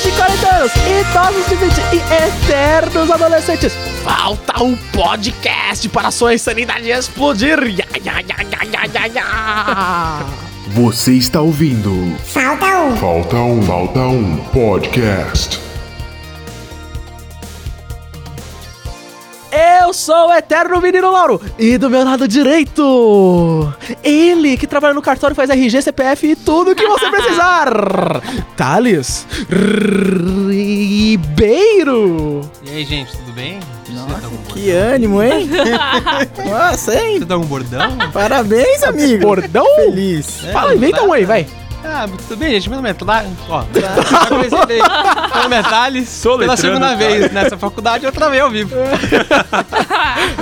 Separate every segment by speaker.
Speaker 1: anos, idosos de 20 e eternos adolescentes. Falta um podcast para sua insanidade explodir. Ya, ya, ya, ya, ya, ya, ya.
Speaker 2: Você está ouvindo.
Speaker 3: Falta um.
Speaker 4: Falta um, falta um podcast.
Speaker 1: Eu sou o eterno menino Lauro e do meu lado direito, ele que trabalha no cartório, faz RG, CPF e tudo que você precisar. Thales Ribeiro.
Speaker 5: E aí, gente, tudo bem? tá Nossa,
Speaker 6: Que ânimo, hein? Nossa, hein?
Speaker 5: Você dá um bordão?
Speaker 6: Parabéns, amigo.
Speaker 1: Bordão?
Speaker 6: Feliz.
Speaker 1: Fala, inventa um aí, vai.
Speaker 5: Ah, tudo bem, gente? Meu nome é Tla... Ó, já apresentei. Meu nome é Thales. pela
Speaker 7: letrando,
Speaker 5: segunda vez nessa faculdade, outra vez ao vivo.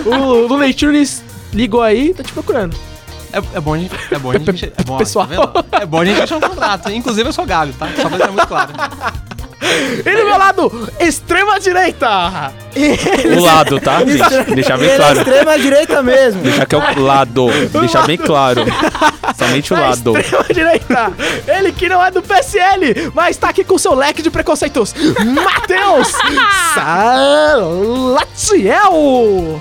Speaker 1: O, o Leitinho lis- ligou aí, tá te procurando.
Speaker 5: É, é bom a gente... É bom a gente... É bom, ó,
Speaker 1: Pessoal.
Speaker 5: Tá vendo? é bom a gente achar um contrato. Inclusive, eu sou Gabi, tá? Só pra deixar muito claro.
Speaker 1: E do meu lado, extrema direita.
Speaker 7: O lado, tá, gente? Deixar bem claro.
Speaker 6: é Extrema direita mesmo.
Speaker 7: Deixar que é o lado. Deixar bem claro. Somente o
Speaker 1: Na
Speaker 7: lado.
Speaker 1: Ah, extrema direita. Ele que não é do PSL, mas tá aqui com seu leque de preconceitos. Matheus Salatiel.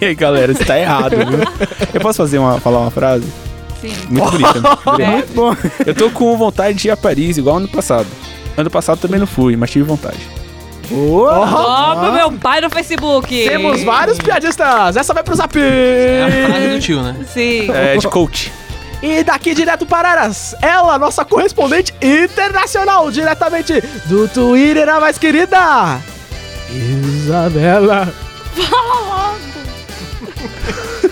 Speaker 7: E aí, galera, isso tá errado, viu? Eu posso fazer uma, falar uma frase?
Speaker 8: Sim.
Speaker 7: Muito bonita. Obrigado.
Speaker 8: É.
Speaker 6: Bom,
Speaker 7: Eu tô com vontade de ir a Paris, igual ano passado. Ano passado também não fui, mas tive vontade.
Speaker 6: boa.
Speaker 8: Cobra meu pai no Facebook.
Speaker 1: Temos vários piadistas. Essa vai pro Zap.
Speaker 5: É a frase do tio, né?
Speaker 8: Sim.
Speaker 7: É, de coach.
Speaker 1: E daqui direto para Aras, ela, nossa correspondente internacional, diretamente do Twitter, a mais querida, Isabela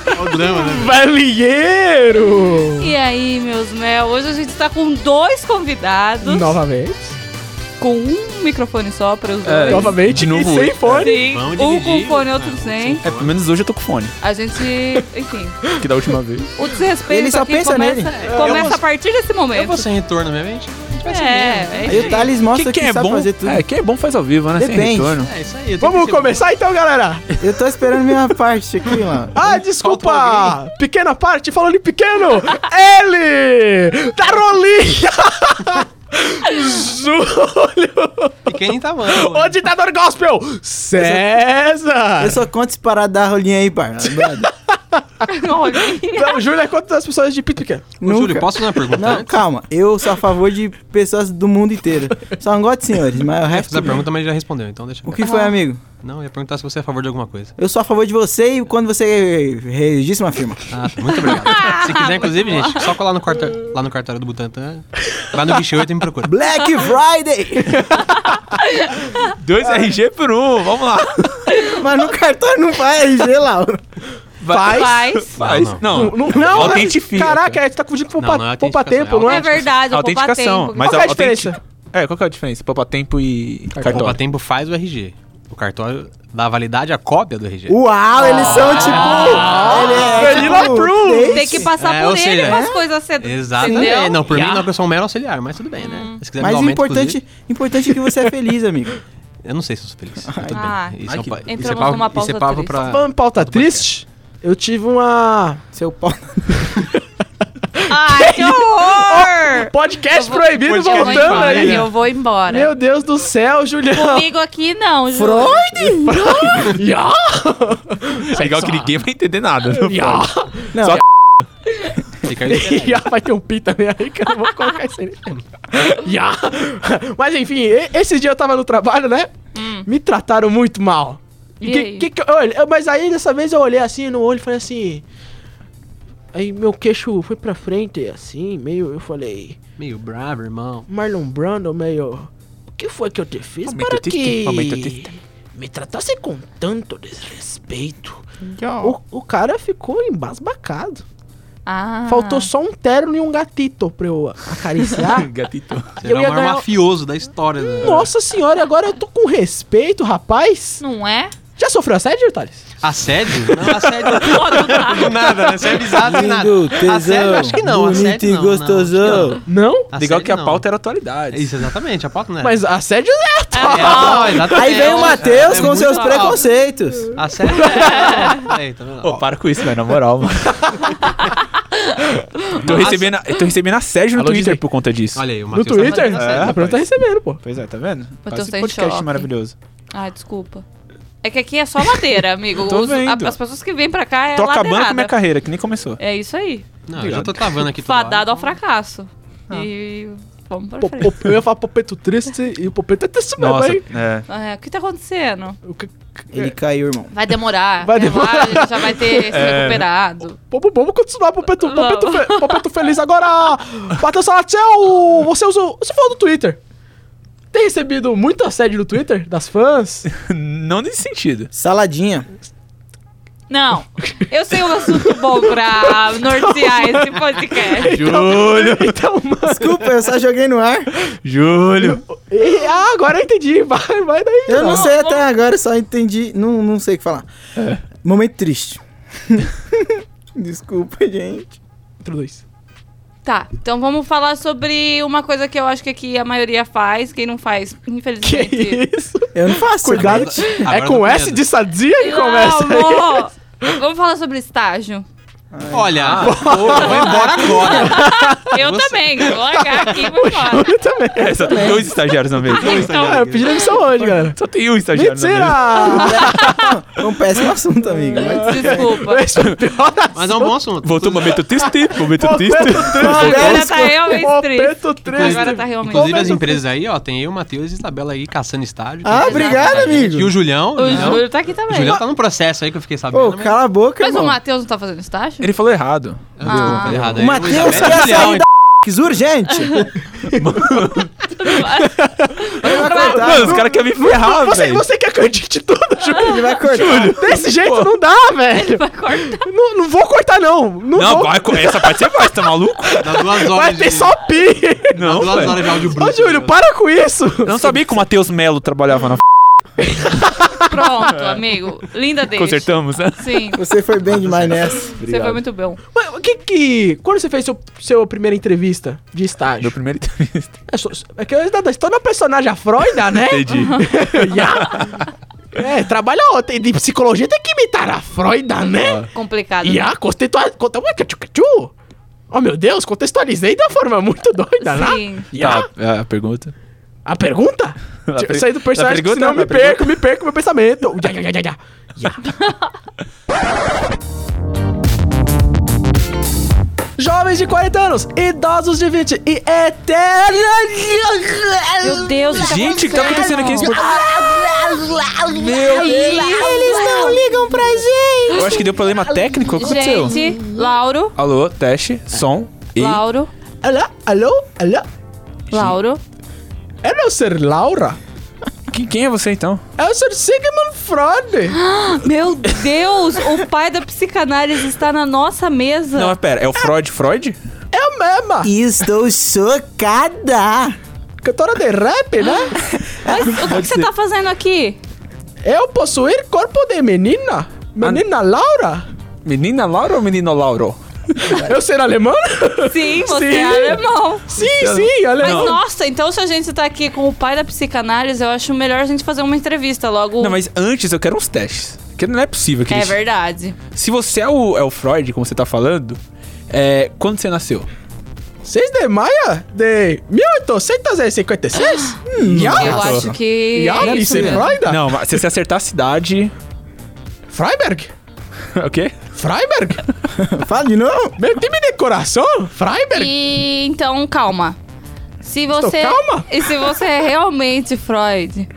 Speaker 5: É o drama, né?
Speaker 1: Valieiro.
Speaker 8: E aí, meus mel, hoje a gente tá com dois convidados,
Speaker 1: Novamente,
Speaker 8: com um microfone só para os
Speaker 7: É,
Speaker 8: dois.
Speaker 1: novamente,
Speaker 7: de novo.
Speaker 1: e sem fone.
Speaker 8: Sim,
Speaker 5: Vamos
Speaker 8: um
Speaker 5: dividir.
Speaker 8: com fone,
Speaker 5: Ah,
Speaker 8: outro sem.
Speaker 7: É, pelo menos hoje eu tô com fone,
Speaker 8: A gente, enfim,
Speaker 7: que da última vez.
Speaker 8: o desrespeito
Speaker 6: Ele só
Speaker 8: aqui
Speaker 6: pensa
Speaker 8: começa,
Speaker 6: nele.
Speaker 8: começa
Speaker 5: Eu vou-
Speaker 8: a partir desse
Speaker 5: Eu vou
Speaker 8: momento.
Speaker 5: sem retorno mesmo, a gente, a gente vai seguindo.
Speaker 8: É,
Speaker 6: Aí o Thales mostra que,
Speaker 7: quem é
Speaker 6: sabe
Speaker 7: bom,
Speaker 6: fazer tudo.
Speaker 7: é, quem é bom faz ao vivo, né? Sem
Speaker 6: Depende.
Speaker 7: retorno.
Speaker 5: É isso aí.
Speaker 1: Vamos começar então, galera.
Speaker 6: Eu tô esperando minha parte aqui, mano.
Speaker 1: Ah,
Speaker 5: Falta
Speaker 1: desculpa! Pequena parte, falando em pequeno! ele! Da rolinha! Júlio!
Speaker 5: Pequeno em tamanho.
Speaker 1: O ditador gospel! César!
Speaker 6: Eu só conto esse parar da rolinha aí, parça.
Speaker 8: Olha.
Speaker 1: Não, o Júlio é quantas pessoas de pito pequeno?
Speaker 5: Ô,
Speaker 6: Nunca.
Speaker 5: Júlio, posso fazer uma pergunta?
Speaker 6: Não,
Speaker 5: antes?
Speaker 6: calma. Eu sou a favor de pessoas do mundo inteiro. Só não gosto de senhores, mas o
Speaker 5: Eu ia
Speaker 6: resto...
Speaker 5: fazer é a pergunta, mas já respondeu, então deixa
Speaker 6: é assim, né? O que foi, amigo?
Speaker 5: Não, eu ia perguntar se você é a favor de alguma coisa.
Speaker 6: Eu sou a favor de você e quando você registra uma firma.
Speaker 5: Ah, muito obrigado. Se quiser, inclusive, gente, só colar no cartório, lá no cartório do Butantan, vai no guichê 8 e me procura.
Speaker 6: Black Friday!
Speaker 7: Dois RG por um, vamos lá.
Speaker 6: Mas no cartório não vai RG, Lauro.
Speaker 8: Faz.
Speaker 7: Faz.
Speaker 5: Não,
Speaker 7: Não,
Speaker 1: Não, não
Speaker 7: Autentifica.
Speaker 1: Caraca, aí tu tá pedindo
Speaker 5: Não, não é
Speaker 1: poupa,
Speaker 5: autentificação,
Speaker 1: poupa tempo,
Speaker 5: é
Speaker 1: não
Speaker 8: É
Speaker 1: é?
Speaker 8: verdade, o poupa
Speaker 7: Autenticação.
Speaker 8: tempo.
Speaker 7: Mas
Speaker 1: Qual que é a
Speaker 7: autentic-
Speaker 1: diferença?
Speaker 7: É, qual que é a diferença? Poupatempo e cartório.
Speaker 5: O tempo faz o RG. O cartório dá validade à cópia do RG.
Speaker 6: Uau, eles
Speaker 5: Ah,
Speaker 1: Então,
Speaker 6: são tipo... ele é,
Speaker 1: Vanilla Proof.
Speaker 6: date.
Speaker 8: Tem que passar
Speaker 5: É,
Speaker 8: por
Speaker 5: ou
Speaker 8: ele
Speaker 5: seja,
Speaker 8: para as coisas cedo.
Speaker 5: Exatamente.
Speaker 8: Entendeu?
Speaker 5: Não, por
Speaker 1: Yeah.
Speaker 5: mim não, que eu sou um mero auxiliar, mas tudo bem, né? Se quiser me
Speaker 6: Mas
Speaker 5: dar
Speaker 6: o
Speaker 5: aumento,
Speaker 6: importante,
Speaker 5: inclusive,
Speaker 6: importante é que você é feliz, amigo.
Speaker 5: eu não sei se eu sou feliz. mas Tudo
Speaker 8: Ah,
Speaker 5: bem. Isso é, um
Speaker 7: que-
Speaker 5: pa- isso é
Speaker 8: entramos
Speaker 5: papo- isso
Speaker 8: numa
Speaker 5: é
Speaker 8: pausa
Speaker 5: papo
Speaker 8: triste.
Speaker 5: pra...
Speaker 1: Falando em pauta triste, eu tive uma.
Speaker 6: Seu pau.
Speaker 8: Ai, que horror!
Speaker 1: Podcast É proibido
Speaker 8: Eu vou
Speaker 1: voltando
Speaker 8: embora,
Speaker 1: aí!
Speaker 8: Eu vou embora.
Speaker 1: Meu Deus do céu, Julião!
Speaker 8: Comigo aqui não, Ju.
Speaker 1: Ya!
Speaker 7: É legal que ninguém vai entender nada. não
Speaker 1: Ya!
Speaker 7: pode.
Speaker 6: Não,
Speaker 7: Só-
Speaker 5: Fica aí. né?
Speaker 1: Já vai ter um pi também aí que eu não vou colocar isso aí. Já. Mas enfim, e- esse dia eu tava no trabalho, né? Me trataram muito mal.
Speaker 8: Hum. E
Speaker 1: Que-
Speaker 8: aí?
Speaker 1: que que eu olhei- mas aí dessa vez eu olhei assim no olho e falei assim. Aí meu queixo foi pra frente, assim, meio. Eu falei.
Speaker 5: Meio bravo, irmão.
Speaker 1: Marlon Brando, meio. O que foi que eu te fiz
Speaker 7: Momento
Speaker 1: para
Speaker 7: triste,
Speaker 1: que
Speaker 7: momento triste.
Speaker 1: me tratasse com tanto desrespeito? O, o cara ficou embasbacado.
Speaker 8: Ah.
Speaker 1: Faltou só um terno e um gatito pra eu acariciar.
Speaker 7: Gatito.
Speaker 5: Você
Speaker 1: Eu
Speaker 5: é o
Speaker 1: ia
Speaker 5: maior
Speaker 1: ganhar- um-
Speaker 5: mafioso da história. né?
Speaker 1: Nossa senhora, agora eu tô com respeito, rapaz.
Speaker 8: Não é?
Speaker 1: Já sofreu assédio, Thales?
Speaker 5: Assédio? Não, assédio
Speaker 8: Todo tá.
Speaker 5: do nada, né? Você é avisado do nada.
Speaker 6: lindo, tesão.
Speaker 5: Assédio, acho que não.
Speaker 6: Bonito
Speaker 5: assédio, não, não, acho que
Speaker 6: e
Speaker 5: não.
Speaker 6: gostosão.
Speaker 1: Não?
Speaker 5: Assédio,
Speaker 7: Legal que a
Speaker 5: não.
Speaker 7: pauta era
Speaker 6: é
Speaker 7: atualidade.
Speaker 5: Isso, exatamente. A pauta não é.
Speaker 1: Mas assédio é
Speaker 5: Ah, exatamente.
Speaker 6: Aí vem o Matheus
Speaker 5: É
Speaker 6: com
Speaker 5: muito
Speaker 6: seus
Speaker 5: alto.
Speaker 6: preconceitos.
Speaker 5: A sério? É, é, é. Aí, tá vendo?
Speaker 7: Pô, para com isso, velho, na moral, mano. Tô recebendo, eu tô recebendo assédio no
Speaker 1: Alô,
Speaker 7: Twitter
Speaker 1: Disney.
Speaker 7: por conta disso.
Speaker 5: Olha aí, o
Speaker 1: No
Speaker 5: Matheus. tá
Speaker 1: Twitter?
Speaker 5: fazendo
Speaker 7: É,
Speaker 5: sério,
Speaker 1: a Bruna tá
Speaker 5: rapaz.
Speaker 1: receber, pô.
Speaker 7: Pois é, tá vendo?
Speaker 8: Matheus
Speaker 7: Faz esse
Speaker 8: tá em
Speaker 7: podcast
Speaker 8: choque.
Speaker 7: maravilhoso.
Speaker 8: Ah, desculpa. É que aqui é só ladeira, amigo.
Speaker 7: Tô
Speaker 8: Os- a-
Speaker 7: vendo.
Speaker 8: as pessoas que vêm pra cá é
Speaker 7: tô acabando com
Speaker 8: ladeirada.
Speaker 7: a minha carreira, que nem começou.
Speaker 8: É isso aí.
Speaker 5: Não, eu já tô travando aqui tudo.
Speaker 8: Fadado ao fracasso. E vamos pra
Speaker 1: Pô,
Speaker 8: frente.
Speaker 1: pô, eu ia falar Popeto triste e o Popeto é triste mesmo,
Speaker 7: Nossa,
Speaker 1: hein?
Speaker 7: é.
Speaker 8: É, o que tá acontecendo?
Speaker 1: O que- é.
Speaker 6: Ele caiu, irmão.
Speaker 8: Vai demorar.
Speaker 1: Vai
Speaker 8: Vai demorar. ele já vai ter se recuperado.
Speaker 1: Vamos, vamos continuar, Popeto,
Speaker 8: Vamos.
Speaker 1: Popeto, fe, Popeto Feliz. Agora, Matheus Salatiel, você usa. o- Você falou do Twitter. Tem recebido muito assédio no Twitter das fãs?
Speaker 7: Não nesse sentido.
Speaker 6: Saladinha.
Speaker 8: Não. Eu sei um assunto bom pra nortear esse podcast.
Speaker 1: Júlio! Então, mano.
Speaker 6: Desculpa, eu só joguei no ar.
Speaker 7: Júlio!
Speaker 1: e- ah, agora eu entendi. Vai, vai daí.
Speaker 6: Eu não sei até agora, só entendi. Não, não sei o que falar.
Speaker 1: É.
Speaker 6: Momento triste. Desculpa, gente.
Speaker 1: Outro dois.
Speaker 8: Tá, então vamos falar sobre uma coisa que eu acho que aqui a maioria faz. Quem não faz,
Speaker 1: Que
Speaker 8: infelizmente.
Speaker 1: isso?
Speaker 6: Eu não faço.
Speaker 1: Cuidado.
Speaker 6: gente.
Speaker 5: Agora
Speaker 1: é
Speaker 5: eu
Speaker 1: com
Speaker 5: tô
Speaker 1: S
Speaker 5: medo.
Speaker 1: de sadia que
Speaker 8: Não,
Speaker 1: começa.
Speaker 8: amor. Vamos falar sobre estágio.
Speaker 5: Olha, pô, eu vou embora agora.
Speaker 8: Eu
Speaker 5: Você-
Speaker 8: também. Vou largar aqui e vou embora.
Speaker 1: Eu também.
Speaker 7: É, só tem dois estagiários na vez.
Speaker 8: Então,
Speaker 7: Dois
Speaker 1: Ah, eu
Speaker 7: estagiários.
Speaker 1: pedi demissão hoje, galera.
Speaker 7: Só tem um estagiário na
Speaker 1: Mentira!
Speaker 6: Foi um péssimo assunto, amigo. Mas...
Speaker 8: Desculpa.
Speaker 1: Esse é o pior
Speaker 5: Mas é um bom assunto.
Speaker 7: mesa. Voltou o momento triste, momento triste.
Speaker 8: Agora tá realmente triste.
Speaker 1: Popeto triste.
Speaker 8: Agora tá realmente
Speaker 5: Inclusive as
Speaker 1: Momento-
Speaker 5: empresas aí, ó, tem eu, o Matheus e a Isabela aí caçando estágio.
Speaker 6: Ah,
Speaker 5: Tem-
Speaker 6: obrigado, amigo.
Speaker 5: E o Julião,
Speaker 8: O
Speaker 5: Julião,
Speaker 8: Júlio tá aqui
Speaker 5: o
Speaker 8: também.
Speaker 5: Julião tá num processo aí que eu fiquei sabendo.
Speaker 6: Ô,
Speaker 5: mas-
Speaker 6: cala a boca,
Speaker 8: Mas o
Speaker 6: irmão.
Speaker 8: Matheus não tá fazendo estágio?
Speaker 7: Ele falou errado.
Speaker 5: Ah, desculpa, falei errado aí.
Speaker 6: O Matheus
Speaker 5: Isabela e
Speaker 6: quer
Speaker 5: Julião,
Speaker 6: sair
Speaker 5: hein?
Speaker 6: da urgente. Ele vai cortar.
Speaker 7: Mano, os caras querem me ferrar,
Speaker 1: Você,
Speaker 7: velho.
Speaker 1: você quer que eu edite tudo, Júlio?
Speaker 6: Ele vai cortar.
Speaker 1: Desse jeito não dá, velho.
Speaker 8: Vai cortar.
Speaker 1: Não, não vou cortar, não. Não,
Speaker 7: Não,
Speaker 1: vou.
Speaker 7: vai, co- essa parte você vai, você tá maluco?
Speaker 5: Dá duas horas
Speaker 1: Vai
Speaker 5: de-
Speaker 1: ter só pi.
Speaker 5: dá
Speaker 7: Não,
Speaker 5: duas
Speaker 7: velho.
Speaker 5: horas de áudio bruto.
Speaker 1: Ô, Júlio, para com isso.
Speaker 7: Eu não sabia que o Matheus Melo trabalhava na f...
Speaker 8: Pronto, amigo. Linda deixa.
Speaker 7: Consertamos, né?
Speaker 8: Sim.
Speaker 6: Você foi bem demais nessa.
Speaker 8: Você foi muito bom.
Speaker 1: Mas o que que... Quando você fez seu, sua primeira entrevista de estágio?
Speaker 7: Meu primeiro entrevista.
Speaker 1: É, só- é que eu estou na personagem a Freud, né?
Speaker 7: Entendi. Tá,
Speaker 1: Ya. É, trabalha ontem de psicologia, tem que imitar a Freud, né?
Speaker 7: Ah.
Speaker 8: Complicado.
Speaker 1: E a contextualização. Oh meu Deus, contextualizei de uma forma muito doida, né?
Speaker 8: Sim.
Speaker 1: E a-
Speaker 7: Tá, é a pergunta.
Speaker 1: A pergunta?
Speaker 7: A
Speaker 1: Deixa Eu
Speaker 7: per-
Speaker 1: saí do personagem,
Speaker 7: a
Speaker 1: porque
Speaker 7: pergunta,
Speaker 1: senão eu me
Speaker 7: a pergunta.
Speaker 1: perco, me perco meu pensamento. Ya, ya, ya, ya, ya. Ya. Jovens de 40 anos, idosos de 20 e eternos.
Speaker 8: Meu Deus, o que tá
Speaker 7: Gente, o que tá acontecendo aqui? Esse...
Speaker 1: Eles não ligam pra gente.
Speaker 7: Eu acho que tá deu problema técnico. O que aconteceu?
Speaker 8: Gente, Lauro,
Speaker 7: Alô, teste, som. E...
Speaker 8: Lauro,
Speaker 1: Alô, alô, alô.
Speaker 8: Lauro.
Speaker 1: É não ser Laura?
Speaker 7: Quem, quem é você então?
Speaker 1: É o ser Sigmund Freud.
Speaker 8: Meu Deus, o pai da psicanálise está na nossa mesa.
Speaker 7: Não, mas pera, é o Freud Freud?
Speaker 1: É a mesma.
Speaker 6: E estou chocada.
Speaker 1: Cantora de rap, né?
Speaker 8: Mas o que, que você tá fazendo aqui?
Speaker 1: Eu possuir corpo de menina. Menina Laura?
Speaker 7: Menina Laura ou menino Lauro?
Speaker 1: Eu ser alemã?
Speaker 8: Sim, você
Speaker 1: Sim.
Speaker 8: é alemão.
Speaker 1: Sim, sim,
Speaker 8: Mas
Speaker 1: alemão.
Speaker 8: nossa, então se a gente tá aqui com o pai da psicanálise, eu acho melhor a gente fazer uma entrevista logo.
Speaker 7: Não, mas antes eu quero uns testes. Porque não é possível que
Speaker 8: É
Speaker 7: eles-
Speaker 8: verdade.
Speaker 7: Se você é o, é o Freud, como você tá falando, é, quando você nasceu?
Speaker 1: 6 de maio de 1856?
Speaker 7: Ah,
Speaker 8: eu
Speaker 1: Já?
Speaker 8: acho que.
Speaker 1: Já?
Speaker 8: é
Speaker 1: Isso é
Speaker 8: mesmo.
Speaker 1: Freud?
Speaker 7: Não, mas se você acertar a cidade.
Speaker 1: Freiberg?
Speaker 7: o quê?
Speaker 1: Freiberg?
Speaker 6: Fala de novo.
Speaker 1: Meu time de coração? Freiberg?
Speaker 8: E então, calma. Se você.
Speaker 1: calma?
Speaker 8: E se você é realmente Freud,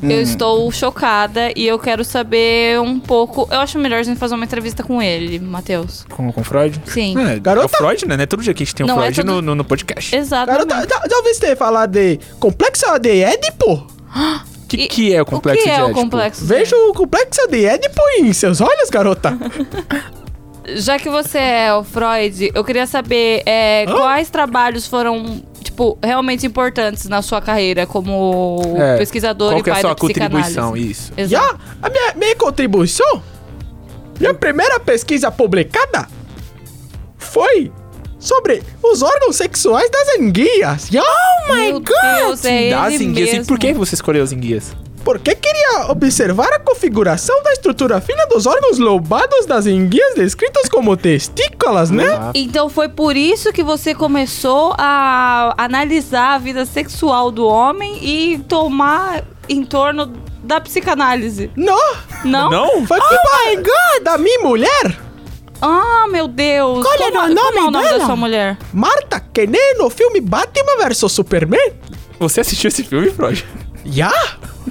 Speaker 7: Hum.
Speaker 8: eu estou chocada e eu quero saber um pouco. Eu acho melhor a gente fazer uma entrevista com ele, Matheus.
Speaker 7: Com, com Freud?
Speaker 8: Sim.
Speaker 7: É,
Speaker 1: Garota.
Speaker 7: é o Freud, né? Não é todo dia que a gente tem um
Speaker 8: Não, é
Speaker 7: Freud
Speaker 8: todo-
Speaker 7: no, no, no podcast.
Speaker 1: Cara,
Speaker 8: Exatamente.
Speaker 1: tá- tá- já ouvi você falar de complexo de Édipo?
Speaker 7: O que, que é o complexo
Speaker 8: o que
Speaker 7: de
Speaker 8: é o
Speaker 7: Édipo?
Speaker 8: complexo? de
Speaker 1: Vejo o complexo de Édipo em seus olhos, garota.
Speaker 8: Já que você é o Freud, eu queria saber é, quais trabalhos foram, tipo, realmente importantes na sua carreira como
Speaker 7: É,
Speaker 8: pesquisador
Speaker 7: Qual
Speaker 8: e
Speaker 7: que é a
Speaker 8: pai
Speaker 7: sua
Speaker 8: da psicanálise.
Speaker 7: contribuição? Isso.
Speaker 8: Exato.
Speaker 1: Já a minha, minha contribuição, minha primeira pesquisa publicada foi sobre os órgãos sexuais das anguias. Já? Oh
Speaker 8: Meu Deus, é
Speaker 7: Dá assim, as
Speaker 8: ele
Speaker 7: enguias. E
Speaker 8: mesmo.
Speaker 7: por que você escolheu as enguias?
Speaker 1: porque queria observar a configuração da estrutura fina dos órgãos lobados das enguias descritos como testículas, né?
Speaker 8: Então foi por isso que você começou a analisar a vida sexual do homem e tomar em torno da psicanálise.
Speaker 1: Não!
Speaker 8: Não?
Speaker 7: Não?
Speaker 1: Foi culpa da minha mulher,
Speaker 8: Ah, meu Deus.
Speaker 1: Qual
Speaker 8: como,
Speaker 1: era o nome
Speaker 8: como é o nome
Speaker 1: dela?
Speaker 8: da sua mulher?
Speaker 1: Marta, que nem no filme Batman vs Superman.
Speaker 7: Você assistiu esse filme, Freud?
Speaker 1: Já?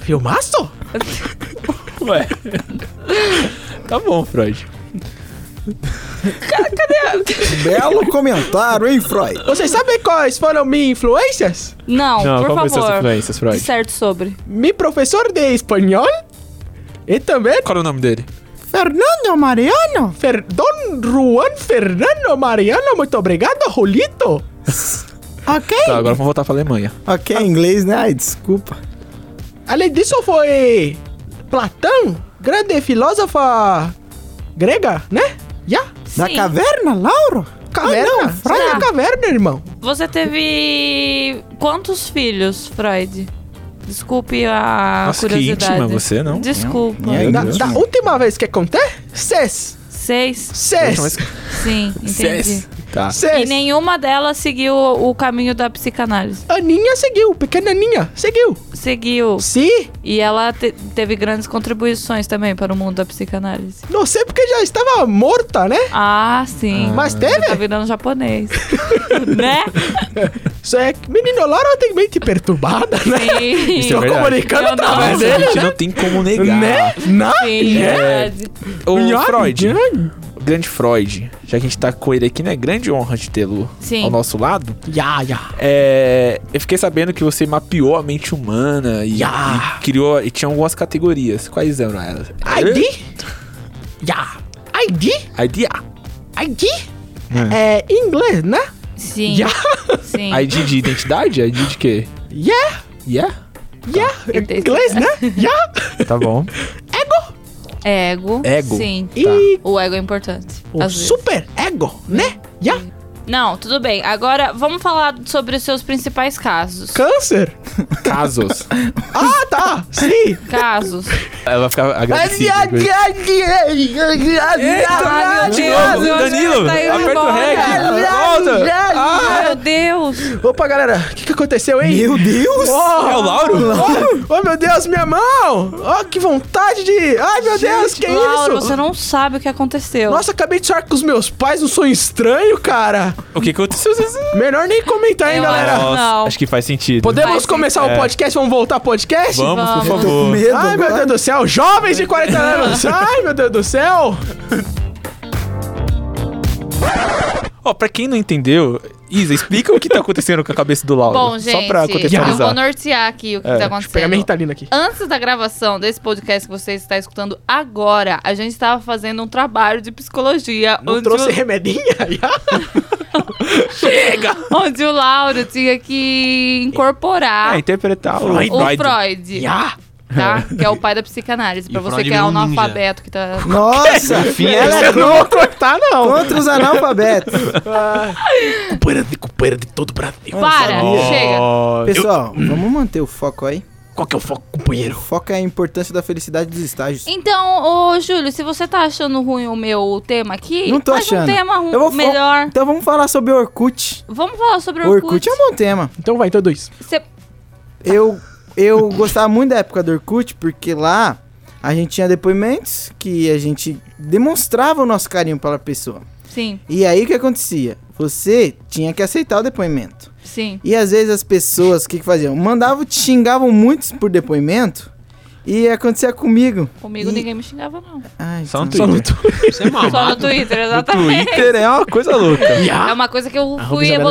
Speaker 1: Filmaço?
Speaker 7: Ué. Tá bom, Freud.
Speaker 6: Belo comentário, hein, Freud?
Speaker 1: Vocês sabem quais foram minhas influências?
Speaker 8: Não,
Speaker 7: Não,
Speaker 8: por
Speaker 7: qual foi
Speaker 8: favor.
Speaker 7: suas influências, Freud?
Speaker 8: Certo sobre.
Speaker 1: Meu professor de espanhol e também
Speaker 7: Qual é o nome dele?
Speaker 1: Fernando Mariano. Fer Don Juan Fernando Mariano, muito obrigado, Julito. ok.
Speaker 7: Tá, agora vamos voltar pra Alemanha.
Speaker 6: Ok, em inglês, né? Ai, desculpa.
Speaker 1: Além disso, foi Platão, grande filósofa grega, né? Já?
Speaker 6: Na
Speaker 8: Sim.
Speaker 6: caverna, Lauro?
Speaker 1: Caverna.
Speaker 6: Ah, não,
Speaker 1: Freud é
Speaker 8: será?
Speaker 1: caverna, irmão.
Speaker 8: Você teve quantos filhos, Freud? Desculpe a
Speaker 7: Nossa, que
Speaker 8: curiosidade.
Speaker 7: íntima você, não?
Speaker 8: Desculpa.
Speaker 6: Não, não.
Speaker 1: Da,
Speaker 6: Deus.
Speaker 1: da última vez que contei, seis.
Speaker 8: Seis?
Speaker 1: Seis.
Speaker 8: Sim, entendi.
Speaker 7: Tá.
Speaker 8: E
Speaker 1: Seis.
Speaker 8: nenhuma delas seguiu o caminho da psicanálise.
Speaker 1: Aninha seguiu, pequena Aninha, seguiu.
Speaker 8: Seguiu.
Speaker 1: Sim,
Speaker 8: E ela te- teve grandes contribuições também para o mundo da psicanálise.
Speaker 1: não sei porque já estava morta, né?
Speaker 8: Ah, sim.
Speaker 1: Mas
Speaker 8: Você tá
Speaker 1: teve?
Speaker 8: virando japonês. né?
Speaker 1: Isso é que menino Laura tem mente perturbada, né?
Speaker 8: Sim.
Speaker 1: Estou
Speaker 7: é né? verdade.
Speaker 1: comunicando
Speaker 8: Eu não.
Speaker 1: através
Speaker 7: Mas
Speaker 1: dele,
Speaker 7: a
Speaker 8: né?
Speaker 7: gente não tem como negar.
Speaker 1: né? Não?
Speaker 8: Sim, verdade.
Speaker 7: O
Speaker 1: Nham,
Speaker 7: Freud.
Speaker 1: nham.
Speaker 7: Grande Freud. Já que a gente tá com ele aqui, né? Grande honra de tê-lo
Speaker 8: Sim.
Speaker 7: ao nosso lado.
Speaker 1: Ya, ya.
Speaker 7: É, eu fiquei sabendo que você mapeou a mente humana e,
Speaker 1: Ya.
Speaker 7: e criou e tinha algumas categorias. Quais eram elas?
Speaker 1: ID? Ya. ID?
Speaker 7: ID
Speaker 1: ID? É inglês, né?
Speaker 8: Sim.
Speaker 1: Ya.
Speaker 8: Sim.
Speaker 7: A. ID de identidade? ID de quê?
Speaker 1: Yeah,
Speaker 7: Yeah?
Speaker 1: yeah.
Speaker 8: Entendi.
Speaker 1: Inglês, né? Yeah.
Speaker 7: Tá bom. Tá.
Speaker 8: Ego.
Speaker 7: Ego.
Speaker 8: Sim.
Speaker 1: E
Speaker 8: O ego é importante.
Speaker 1: o
Speaker 8: às vezes.
Speaker 1: super ego, né? Yeah.
Speaker 8: Não, tudo bem. Agora vamos falar sobre os seus principais casos.
Speaker 1: Câncer.
Speaker 7: Casos.
Speaker 1: Ah, tá. Sim.
Speaker 8: Casos.
Speaker 7: Ela vai ficar agradecida.
Speaker 8: Ai, meu
Speaker 7: de
Speaker 8: Deus,
Speaker 7: novo,
Speaker 8: eu acho que
Speaker 7: Danilo,
Speaker 8: tá indo
Speaker 7: aperta o
Speaker 8: embora.
Speaker 7: rec. Volta.
Speaker 8: Ai, meu Deus.
Speaker 1: Opa, galera, o que, que aconteceu, hein?
Speaker 6: Meu Deus!
Speaker 1: Oh,
Speaker 7: É o Lauro?
Speaker 1: Oh, oh, meu Deus, minha mão! Oh, que vontade de. Ai, meu Deus, que é
Speaker 8: Laura,
Speaker 1: isso?
Speaker 8: você não sabe o que aconteceu.
Speaker 1: Nossa, acabei de chorar com os meus pais, um sonho estranho, cara.
Speaker 7: O que aconteceu?
Speaker 1: Melhor nem comentar, hein,
Speaker 8: Eu
Speaker 1: galera.
Speaker 8: acho- Não.
Speaker 7: acho que faz sentido.
Speaker 1: Podemos
Speaker 8: Vai,
Speaker 1: começar o podcast? Vamos voltar ao podcast?
Speaker 7: Vamos, por
Speaker 8: Vamos.
Speaker 6: Tô com
Speaker 7: favor.
Speaker 6: medo
Speaker 1: Ai, meu
Speaker 6: agora.
Speaker 1: Deus do céu, jovens de 40 anos! Ai, meu Deus do céu!
Speaker 7: Tá Ó, pra quem não entendeu, Isa, explica o que tá acontecendo com a cabeça do Lauro.
Speaker 8: Bom, gente,
Speaker 7: Só pra
Speaker 8: eu vou
Speaker 7: contextualizar.
Speaker 8: nortear aqui o que tá
Speaker 1: Deixa eu tipo, pegar minha
Speaker 8: acontecendo.
Speaker 1: ritalina aqui.
Speaker 8: Antes da gravação desse podcast que você está escutando agora, a gente estava fazendo um trabalho de psicologia
Speaker 1: Não
Speaker 8: onde,
Speaker 1: trouxe
Speaker 8: o,
Speaker 1: remedinha?
Speaker 8: onde o Lauro tinha que incorporar
Speaker 7: É, interpretar o
Speaker 8: o Freud,
Speaker 1: Ya!
Speaker 8: tá? Que é o pai da psicanálise.
Speaker 5: E
Speaker 8: Pra você
Speaker 5: Freud
Speaker 8: que é
Speaker 5: virou um ninja.
Speaker 8: analfabeto que tá.
Speaker 6: Nossa!
Speaker 5: Enfim,
Speaker 6: ela é
Speaker 1: Eu não vou cortar, não!
Speaker 6: contra os analfabetos.
Speaker 9: Companheira de companheira de todo o Brasil.
Speaker 8: Para, chega.
Speaker 6: Pessoal, vamos manter o foco aí.
Speaker 9: Qual que é o foco, companheiro?
Speaker 6: Foco é a importância da felicidade dos estágios.
Speaker 8: Então, ô Júlio, se você tá achando ruim o meu tema aqui,
Speaker 6: Não tô
Speaker 8: faz
Speaker 6: achando.
Speaker 8: um tema ru-
Speaker 6: Eu vou fa-
Speaker 8: melhor.
Speaker 6: Então vamos falar sobre Orkut.
Speaker 8: Vamos falar sobre o
Speaker 6: Orkut.
Speaker 8: Orkut.
Speaker 6: é um bom tema.
Speaker 1: Então vai, introduz.
Speaker 8: Cê-
Speaker 6: Eu, eu gostava muito da época do Orkut, porque lá a gente tinha depoimentos que a gente demonstrava o nosso carinho pela pessoa.
Speaker 8: Sim,
Speaker 6: E aí o que acontecia? Você tinha que aceitar o depoimento.
Speaker 8: sim.
Speaker 6: E às vezes as pessoas, o que, que faziam? Mandavam, te xingavam muitos por depoimento. E acontecia comigo.
Speaker 8: Comigo
Speaker 6: E-
Speaker 8: ninguém me xingava, não.
Speaker 6: Ai,
Speaker 7: Só no
Speaker 6: então-
Speaker 7: Twitter.
Speaker 5: Você é mal.
Speaker 8: Só no Twitter,
Speaker 7: O
Speaker 8: exatamente.
Speaker 7: Ah, Twitter é uma coisa louca.
Speaker 8: É uma coisa que eu fui
Speaker 1: Isabela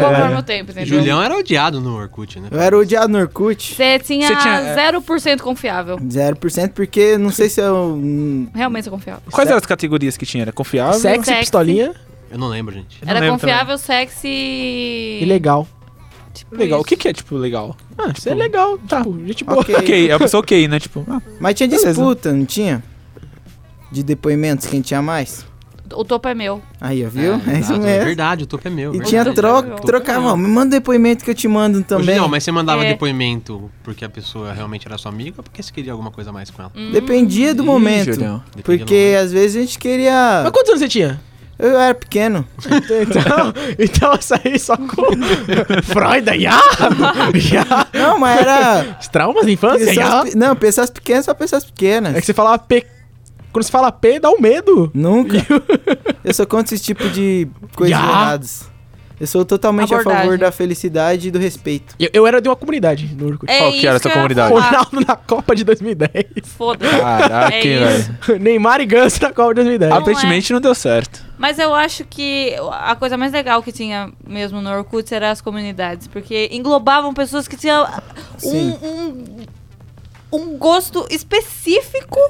Speaker 1: Marinho,
Speaker 8: conforme
Speaker 1: é.
Speaker 8: o tempo, entendeu?
Speaker 5: Julião era odiado no Orkut, né?
Speaker 6: Eu era odiado no Orkut.
Speaker 8: Você tinha,
Speaker 7: Você tinha-
Speaker 8: 0% confiável.
Speaker 6: 0% porque não sei se eu. hum,
Speaker 8: Realmente eu confiava.
Speaker 7: Quais eram as categorias que tinha? Era confiável?
Speaker 1: Sexo,
Speaker 8: Sexy.
Speaker 1: pistolinha
Speaker 5: Eu não lembro, gente.
Speaker 8: Era
Speaker 7: lembro
Speaker 8: confiável, sexy e...
Speaker 1: e legal.
Speaker 8: Tipo
Speaker 7: Legal.
Speaker 8: isso.
Speaker 7: O que, que é, tipo, legal? Ah,
Speaker 1: Isso é legal, tá? Gente boa.
Speaker 6: Ok.
Speaker 7: Ok, é uma pessoa ok, né? Tipo, ah,
Speaker 6: Mas tinha
Speaker 7: Beleza.
Speaker 6: disputa, não tinha? De depoimentos, quem tinha mais?
Speaker 8: O topo é meu.
Speaker 6: Aí, ó, viu? É, isso
Speaker 5: verdade, é
Speaker 6: mesmo.
Speaker 5: verdade, o topo é meu.
Speaker 6: E
Speaker 5: verdade.
Speaker 6: tinha
Speaker 8: Verdade,
Speaker 6: troca,
Speaker 8: verdade.
Speaker 6: trocava. ó, Me manda depoimento que eu te mando
Speaker 5: Hoje
Speaker 6: também.
Speaker 5: Não, mas você mandava
Speaker 8: É.
Speaker 5: depoimento porque a pessoa realmente era sua amiga ou porque você queria alguma coisa a mais com
Speaker 6: Hum.
Speaker 5: ela?
Speaker 6: Dependia do momento.
Speaker 7: Julião.
Speaker 6: Porque às vezes a gente queria.
Speaker 1: Mas quantos anos você tinha?
Speaker 6: Eu era pequeno.
Speaker 1: Então, então eu saí só com Freud, já? Já?
Speaker 6: Não, mas era.
Speaker 1: Traumas da infância, já?
Speaker 6: pessoas pe- Não, pessoas pequenas pra pessoas
Speaker 1: É
Speaker 6: pequenas.
Speaker 1: que você falava P... Quando você fala P, dá um medo.
Speaker 6: Nunca. Eu só conto esse tipo de coisas
Speaker 1: Já?
Speaker 6: erradas. Eu sou totalmente a
Speaker 8: Abordagem.
Speaker 6: favor da felicidade e do respeito.
Speaker 1: Eu, eu era de uma comunidade no Orkut.
Speaker 8: É
Speaker 7: Qual que era a
Speaker 8: isso
Speaker 7: sua
Speaker 8: eu ia
Speaker 7: comunidade?
Speaker 8: falar.
Speaker 1: Ronaldo na Copa de 2010.
Speaker 8: Foda-se.
Speaker 7: Caraca,
Speaker 8: É
Speaker 7: hein,
Speaker 8: isso.
Speaker 7: velho.
Speaker 1: Neymar e Ganso na Copa de 2010.
Speaker 8: Ah,
Speaker 7: Aparentemente não deu certo.
Speaker 8: Mas eu acho que a coisa mais legal que tinha mesmo no Orkut era as comunidades, porque englobavam pessoas que tinham um,
Speaker 6: Sim.
Speaker 8: um, um gosto específico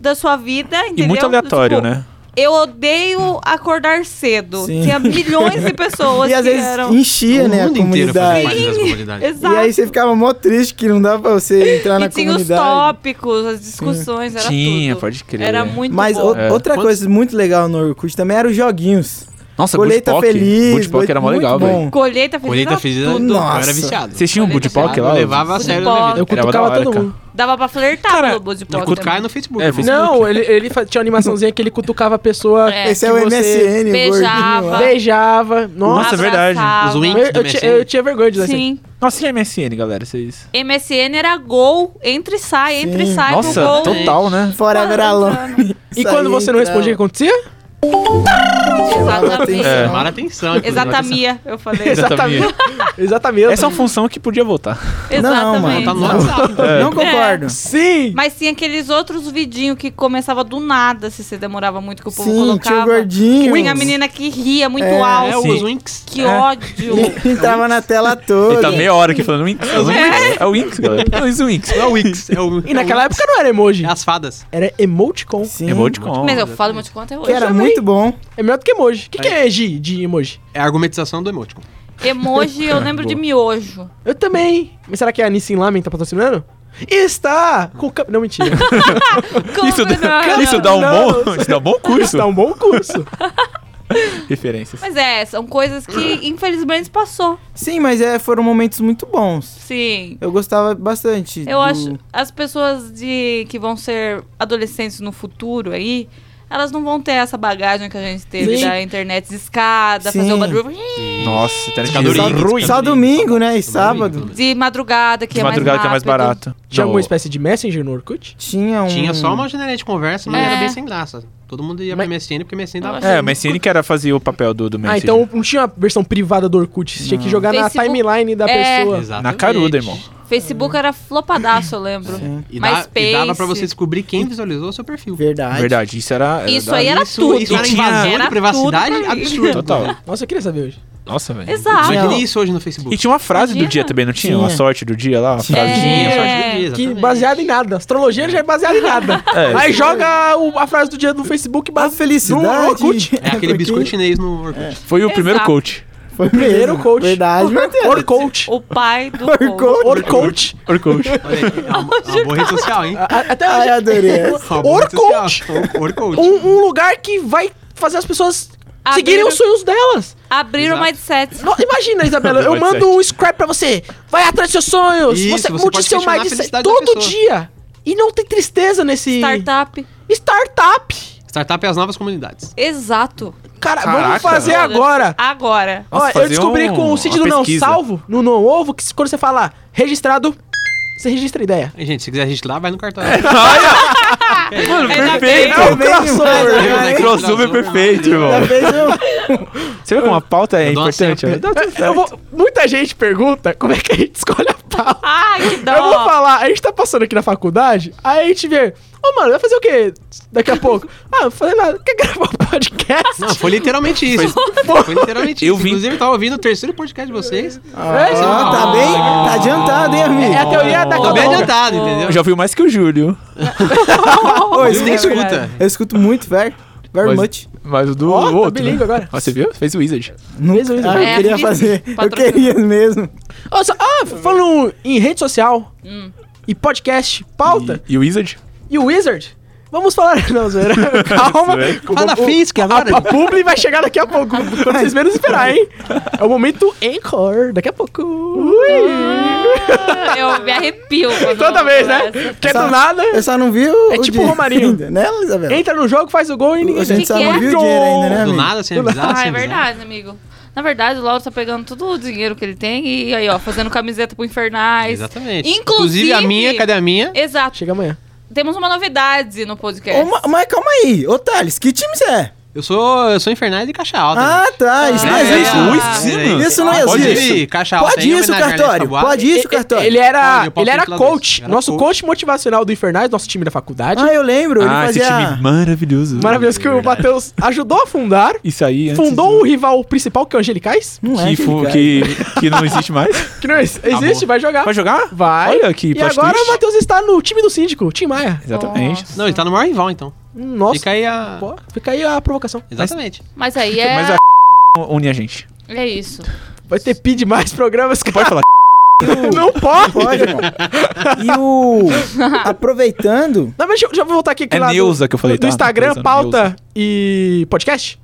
Speaker 8: da sua vida, entendeu?
Speaker 7: E muito aleatório,
Speaker 8: Tipo,
Speaker 7: né?
Speaker 8: Eu odeio acordar cedo.
Speaker 6: Sim.
Speaker 8: Tinha milhões de pessoas
Speaker 6: E às
Speaker 8: que
Speaker 6: vezes
Speaker 8: eram...
Speaker 6: enchia,
Speaker 5: O
Speaker 6: né? A
Speaker 5: mundo inteiro fazia parte
Speaker 6: comunidade.
Speaker 5: das comunidades.
Speaker 6: E
Speaker 8: Exato.
Speaker 6: aí você ficava mó triste que não dava pra você entrar na
Speaker 8: E tinha os
Speaker 6: comunidade.
Speaker 8: tópicos, as discussões, era
Speaker 7: Tinha,
Speaker 8: tudo.
Speaker 7: pode crer.
Speaker 8: Era muito
Speaker 6: Mas
Speaker 8: bom.
Speaker 6: o-
Speaker 7: É.
Speaker 6: outra
Speaker 5: Quantos-
Speaker 6: coisa muito legal no Orkut também eram os joguinhos.
Speaker 7: Nossa,
Speaker 6: Colheita
Speaker 7: Bootpock.
Speaker 6: Feliz.
Speaker 7: Bootpock era mó
Speaker 6: muito
Speaker 7: legal,
Speaker 6: bom.
Speaker 7: velho.
Speaker 8: Colheita feliz.
Speaker 5: Colheita
Speaker 8: era
Speaker 5: tá feliz,
Speaker 8: tudo.
Speaker 5: eu era
Speaker 6: Nossa.
Speaker 5: viciado.
Speaker 7: Vocês tinham um
Speaker 8: Colheita
Speaker 7: Bootpock
Speaker 8: Feliz.
Speaker 7: lá?
Speaker 5: Eu levava a
Speaker 8: Futebol.
Speaker 5: sério na minha vida.
Speaker 1: Eu
Speaker 7: Era
Speaker 1: cutucava
Speaker 7: da hora,
Speaker 1: todo
Speaker 7: cara.
Speaker 1: mundo.
Speaker 8: Dava pra flertar
Speaker 7: Cara,
Speaker 8: pelo Budipop.
Speaker 5: Quando cai no Facebook.
Speaker 7: É, Facebook.
Speaker 1: Não, ele, ele fa- tinha uma animaçãozinha que ele cutucava a pessoa,
Speaker 8: É.
Speaker 6: Esse é o
Speaker 1: Que você
Speaker 6: MSN, o
Speaker 8: beijava.
Speaker 6: gordinho lá.
Speaker 1: beijava. Nossa,
Speaker 6: é
Speaker 7: Nossa, verdade.
Speaker 5: Os
Speaker 1: eu,
Speaker 5: winks do
Speaker 1: eu ti-
Speaker 5: MSN.
Speaker 1: eu tinha vergonha de assim. usar isso.
Speaker 8: Sim.
Speaker 7: Nossa, tinha MSN, galera. Vocês...
Speaker 8: MSN era gol, entra e sai, entra e sai
Speaker 7: Nossa,
Speaker 8: pro gol.
Speaker 7: total, né?
Speaker 6: Forever Alone.
Speaker 1: E quando você
Speaker 6: então.
Speaker 1: não respondia, o que acontecia?
Speaker 8: Exatamente.
Speaker 7: É.
Speaker 5: Mara atenção. inclusive,
Speaker 8: Exatamia, eu falei.
Speaker 7: Exatamente.
Speaker 1: Exatamente.
Speaker 7: Essa é uma função que podia voltar.
Speaker 6: Não,
Speaker 8: Exatamente.
Speaker 6: mano.
Speaker 5: Tá no
Speaker 6: Não.
Speaker 5: WhatsApp.
Speaker 6: Não concordo.
Speaker 8: É,
Speaker 1: um Sim!
Speaker 8: Mas tinha aqueles outros vidinhos que começava do nada, se você demorava muito, que o povo
Speaker 6: Sim, tinha o
Speaker 8: colocava.
Speaker 6: gordinho.
Speaker 8: Tinha a menina que ria muito
Speaker 5: É,
Speaker 8: alto.
Speaker 5: os Winx.
Speaker 8: Que ódio.
Speaker 6: É. Entrava na tela
Speaker 7: Ele tá
Speaker 6: toda.
Speaker 7: meia hora aqui falando Winx. É o Winx, é o Winx, galera. Não, isso é o Winx.
Speaker 5: Não é o Winx. É o,
Speaker 1: E naquela época não era emoji,
Speaker 5: É as fadas.
Speaker 1: era emoticon.
Speaker 7: É
Speaker 6: Sim.
Speaker 7: Emoticon.
Speaker 8: Mas eu falo muito quanto é
Speaker 6: Que
Speaker 8: hoje.
Speaker 6: era
Speaker 1: também.
Speaker 6: muito bom.
Speaker 1: É melhor do que emoji. O que, que é G de emoji?
Speaker 5: É a argumentação do emoticon.
Speaker 8: Emoji, eu lembro de miojo.
Speaker 1: Eu também. Mas será que é a Nissin Lamen que tá patrocinando? Está! Com o cam- Não, mentira.
Speaker 7: Isso, dá,
Speaker 8: Combinado.
Speaker 7: isso dá um
Speaker 1: Não. um-
Speaker 7: bom, isso dá um bom curso.
Speaker 1: Está um bom curso.
Speaker 7: Referências.
Speaker 8: Mas é, são coisas que infelizmente passou.
Speaker 6: Sim, mas é, foram momentos muito bons.
Speaker 8: Sim.
Speaker 6: Eu gostava bastante.
Speaker 8: Eu
Speaker 6: do-
Speaker 8: acho as pessoas de que vão ser adolescentes no futuro aí, elas não vão ter essa bagagem que a gente teve
Speaker 1: Sim.
Speaker 8: da internet de escada,
Speaker 6: Sim.
Speaker 8: fazer o barulho
Speaker 7: Nossa,
Speaker 5: Escadorinha,
Speaker 7: telecadorinha.
Speaker 6: Só,
Speaker 5: Ruim.
Speaker 6: só domingo, né? E sábado.
Speaker 5: Domingo.
Speaker 8: de madrugada que
Speaker 7: De
Speaker 8: é
Speaker 7: madrugada
Speaker 8: mais
Speaker 7: que é mais
Speaker 8: rápido.
Speaker 7: barato.
Speaker 1: Tinha
Speaker 7: Não,
Speaker 1: alguma espécie de Messenger no Orkut?
Speaker 6: Tinha um...
Speaker 5: Tinha só uma janela de conversa, mas
Speaker 8: É.
Speaker 5: era bem sem graça. Todo mundo ia pra MSN porque MSN dava.
Speaker 7: É, o MSN que era fazer o papel do, do
Speaker 1: Ah,
Speaker 7: Messenger.
Speaker 1: então não tinha uma versão privada do Orkut. Você tinha que jogar na
Speaker 8: Facebook-
Speaker 1: timeline da
Speaker 8: É.
Speaker 1: pessoa.
Speaker 5: Exatamente.
Speaker 7: Na caruda, irmão.
Speaker 8: Facebook era flopadaço, eu lembro.
Speaker 5: E, dá,
Speaker 8: MySpace.
Speaker 5: e dava pra você descobrir quem visualizou o seu perfil.
Speaker 6: Verdade.
Speaker 7: Verdade, isso era. era
Speaker 8: Isso
Speaker 7: da-
Speaker 8: aí
Speaker 1: é
Speaker 8: era
Speaker 5: É Isso-
Speaker 8: tudo.
Speaker 5: isso era
Speaker 8: Tinha-
Speaker 5: invasão de
Speaker 8: era
Speaker 5: privacidade
Speaker 8: tudo pra mim.
Speaker 5: absurda.
Speaker 7: Total.
Speaker 1: Nossa, eu queria saber hoje.
Speaker 7: Nossa, velho.
Speaker 8: Exato.
Speaker 5: Só é que
Speaker 6: Não.
Speaker 5: nem isso hoje no
Speaker 7: E tipo,
Speaker 5: Facebook.
Speaker 7: tinha uma frase do
Speaker 8: Tinha.
Speaker 7: dia também, não tinha? Uma
Speaker 6: Tinha.
Speaker 7: sorte do dia lá? Uma
Speaker 6: Tinha.
Speaker 7: frase do
Speaker 8: É.
Speaker 7: dia.
Speaker 5: Tinha sorte do dia,
Speaker 1: Que
Speaker 5: exatamente.
Speaker 1: baseado em nada. Astrologia já é baseada em nada.
Speaker 7: É,
Speaker 1: Aí
Speaker 7: isso-
Speaker 1: joga o- a frase do dia do Facebook
Speaker 6: A
Speaker 1: base no
Speaker 6: felicidade.
Speaker 1: Orkut.
Speaker 5: É aquele biscoito chinês no Orkut.
Speaker 7: Foi o primeiro
Speaker 8: Exato.
Speaker 7: coach.
Speaker 6: Foi
Speaker 1: Primeiro
Speaker 6: mesmo.
Speaker 1: coach.
Speaker 6: Verdade, meu Deus.
Speaker 1: Orkut.
Speaker 8: O pai do povo.
Speaker 6: Orkut.
Speaker 1: Orkut.
Speaker 7: Or coach.
Speaker 5: Olha aí, é uma, é uma boa rede social, hein?
Speaker 1: A- Até
Speaker 6: Ai,
Speaker 1: hoje.
Speaker 6: adorei essa.
Speaker 5: Uma boa rede
Speaker 1: Orkut.
Speaker 5: social. Or- Orkut.
Speaker 1: Um, um lugar que vai fazer as pessoas
Speaker 8: Abriram-
Speaker 1: seguirem os sonhos delas.
Speaker 8: Abriram o
Speaker 5: Exato.
Speaker 8: mindset.
Speaker 1: No- Imagina, Isabela, eu
Speaker 7: Vai
Speaker 1: mando
Speaker 7: certo.
Speaker 1: um scrap pra você. Vai atrás dos seus sonhos.
Speaker 5: é Isso,
Speaker 1: você
Speaker 5: você
Speaker 1: mude
Speaker 5: pode
Speaker 1: seu
Speaker 5: questionar a
Speaker 1: mindset
Speaker 5: felicidade da
Speaker 1: todo
Speaker 5: pessoa.
Speaker 1: dia. E não tem tristeza nesse...
Speaker 8: Startup.
Speaker 1: Startup.
Speaker 5: Startup é as novas comunidades.
Speaker 8: Exato.
Speaker 1: Cara,
Speaker 7: Caraca.
Speaker 1: vamos fazer
Speaker 8: Foda-se.
Speaker 1: é agora.
Speaker 8: Agora.
Speaker 7: Nossa,
Speaker 1: Ó, eu
Speaker 7: fazer
Speaker 1: descobri
Speaker 7: um-
Speaker 1: com o sítio do
Speaker 7: uma
Speaker 1: não
Speaker 7: pesquisa.
Speaker 1: salvo, no não ovo, que se- quando você fala registrado, você registra a ideia.
Speaker 5: Aí, gente, se quiser registrar, vai no cartão.
Speaker 1: É.
Speaker 7: Mano,
Speaker 8: Ainda
Speaker 7: perfeito.
Speaker 8: bem.
Speaker 7: É crossover perfeito, irmão. Você vê como a pauta é
Speaker 5: Eu dou uma
Speaker 7: importante?
Speaker 5: sempre.
Speaker 7: né? Dá tudo
Speaker 1: Eu
Speaker 7: certo.
Speaker 1: vou- muita gente pergunta como é que a gente escolhe a pauta.
Speaker 8: Ai, que dó.
Speaker 1: Eu vou falar, a gente tá passando aqui na faculdade, aí a gente vê, ô mano, vai fazer o quê daqui a pouco? ah, não vou fazer nada, quer gravar um podcast?
Speaker 5: Não, foi literalmente isso. Foi, literalmente
Speaker 7: Eu
Speaker 5: isso.
Speaker 7: vi-
Speaker 5: Inclusive, eu tava ouvindo o terceiro podcast de vocês.
Speaker 1: É, você
Speaker 6: Ah, tá
Speaker 1: fala,
Speaker 6: bem? Tá adiantado, hein, amigo?
Speaker 1: É a teoria da
Speaker 5: Tô bem
Speaker 1: Não.
Speaker 5: adiantado, entendeu?
Speaker 7: Eu já ouvi mais que o Júlio.
Speaker 6: Ô,
Speaker 5: Você
Speaker 6: isso
Speaker 5: nem
Speaker 6: é
Speaker 5: escuta.
Speaker 6: verdade. Eu escuto muito, very, very
Speaker 7: Mas-
Speaker 6: much.
Speaker 7: Mas o do
Speaker 1: Ó,
Speaker 7: o
Speaker 1: tá
Speaker 7: outro.
Speaker 1: bilíngue
Speaker 7: né?
Speaker 1: agora.
Speaker 7: Ó, você viu? Fez o Wizard.
Speaker 6: Nunca, ah,
Speaker 8: É,
Speaker 6: eu queria
Speaker 8: fiz
Speaker 6: fazer. Eu
Speaker 8: patrocínio.
Speaker 6: queria mesmo.
Speaker 1: Ó, só- ah, falando em rede social e podcast, pauta
Speaker 7: E, e o Wizard?
Speaker 1: e o Wizard, Vamos falar. Não, zoeira. Calma.
Speaker 5: Fala
Speaker 1: O-
Speaker 5: Fisk agora.
Speaker 1: A, a publi vai chegar daqui a pouco, quando vocês menos esperar, hein? É o momento encore, daqui a pouco. Ui.
Speaker 8: Eu me arrepio. quando
Speaker 1: Toda
Speaker 8: eu
Speaker 1: vez,
Speaker 8: ouço
Speaker 1: né?
Speaker 8: essa.
Speaker 1: Quer do
Speaker 6: Só-
Speaker 1: nada,
Speaker 6: Tá. Eu só não vi o.
Speaker 1: É
Speaker 6: o
Speaker 1: tipo
Speaker 6: dinheiro
Speaker 1: Romarinho.
Speaker 6: ainda, né, Isabel?
Speaker 1: entra no jogo, faz o gol e
Speaker 6: A
Speaker 1: ninguém...
Speaker 6: gente
Speaker 8: que
Speaker 6: só
Speaker 8: que
Speaker 6: não
Speaker 8: é?
Speaker 6: viu o dinheiro ainda, né?
Speaker 5: Do
Speaker 6: amigo?
Speaker 5: nada, sem avisar,
Speaker 8: Ah,
Speaker 5: sem
Speaker 8: é
Speaker 5: avisar.
Speaker 8: verdade, amigo. Na verdade, o Lauro tá pegando todo o dinheiro que ele tem e aí, ó, fazendo camiseta pro Infernais.
Speaker 5: Exatamente.
Speaker 8: Inclusive,
Speaker 5: Inclusive a minha, cadê a minha?
Speaker 8: Exato.
Speaker 1: Chega amanhã.
Speaker 8: Temos uma novidade no podcast.
Speaker 6: Ô,
Speaker 7: Oh,
Speaker 6: ma- mas calma aí, ô Thales, que time você é?
Speaker 5: Eu sou, eu sou infernal de caixa alta.
Speaker 6: Ah, tá, isso não
Speaker 5: É,
Speaker 6: existe.
Speaker 5: é,
Speaker 6: Isso,
Speaker 5: é,
Speaker 6: isso não
Speaker 5: é,
Speaker 6: existe.
Speaker 5: pode ir, caixa alta,
Speaker 6: Pode
Speaker 5: em
Speaker 6: isso,
Speaker 5: homenagem a Ernesto
Speaker 6: cartório.
Speaker 5: Boato.
Speaker 6: Pode isso, cartório.
Speaker 1: É, Ele
Speaker 5: Olha,
Speaker 1: era,
Speaker 5: eu posso
Speaker 1: ele era
Speaker 5: falar desse.
Speaker 1: coach,
Speaker 5: Era
Speaker 1: nosso
Speaker 5: coach.
Speaker 1: coach. motivacional do Infernais, nosso time da faculdade.
Speaker 6: Ah, eu lembro, ele
Speaker 7: Ah, esse
Speaker 6: fazia.
Speaker 7: time maravilhoso.
Speaker 1: Maravilhoso que o Matheus ajudou a fundar,
Speaker 7: Isso aí, antes
Speaker 1: fundou
Speaker 7: do-
Speaker 1: o rival principal, que é o Angelicais,
Speaker 6: Não é,
Speaker 7: que, fu-
Speaker 6: cara.
Speaker 7: que, que não existe mais.
Speaker 1: que não ex- existe, vai jogar.
Speaker 7: Vai jogar?
Speaker 1: Vai.
Speaker 7: Olha que
Speaker 1: e
Speaker 7: plot
Speaker 1: agora
Speaker 7: twist.
Speaker 1: o Matheus está no time do síndico, o Tim Maia.
Speaker 7: Exatamente.
Speaker 8: Nossa.
Speaker 5: Não, ele tá no maior rival, então.
Speaker 1: Nossa,
Speaker 5: Fica aí a...
Speaker 1: pô, fica aí a provocação.
Speaker 5: Exatamente.
Speaker 8: Mas aí é,
Speaker 7: Mas a une a gente.
Speaker 8: é isso.
Speaker 1: Vai ter PID mais programas que
Speaker 7: Pode falar.
Speaker 1: não pode.
Speaker 6: Pode, irmão. E o. Aproveitando.
Speaker 1: Não, mas deixa, eu- deixa eu voltar aqui. aqui
Speaker 7: É
Speaker 1: lá do-
Speaker 7: Neuza que eu falei,
Speaker 1: Do,
Speaker 7: tá?
Speaker 1: Instagram,
Speaker 7: Neuza,
Speaker 1: pauta
Speaker 7: Neuza.
Speaker 1: e podcast.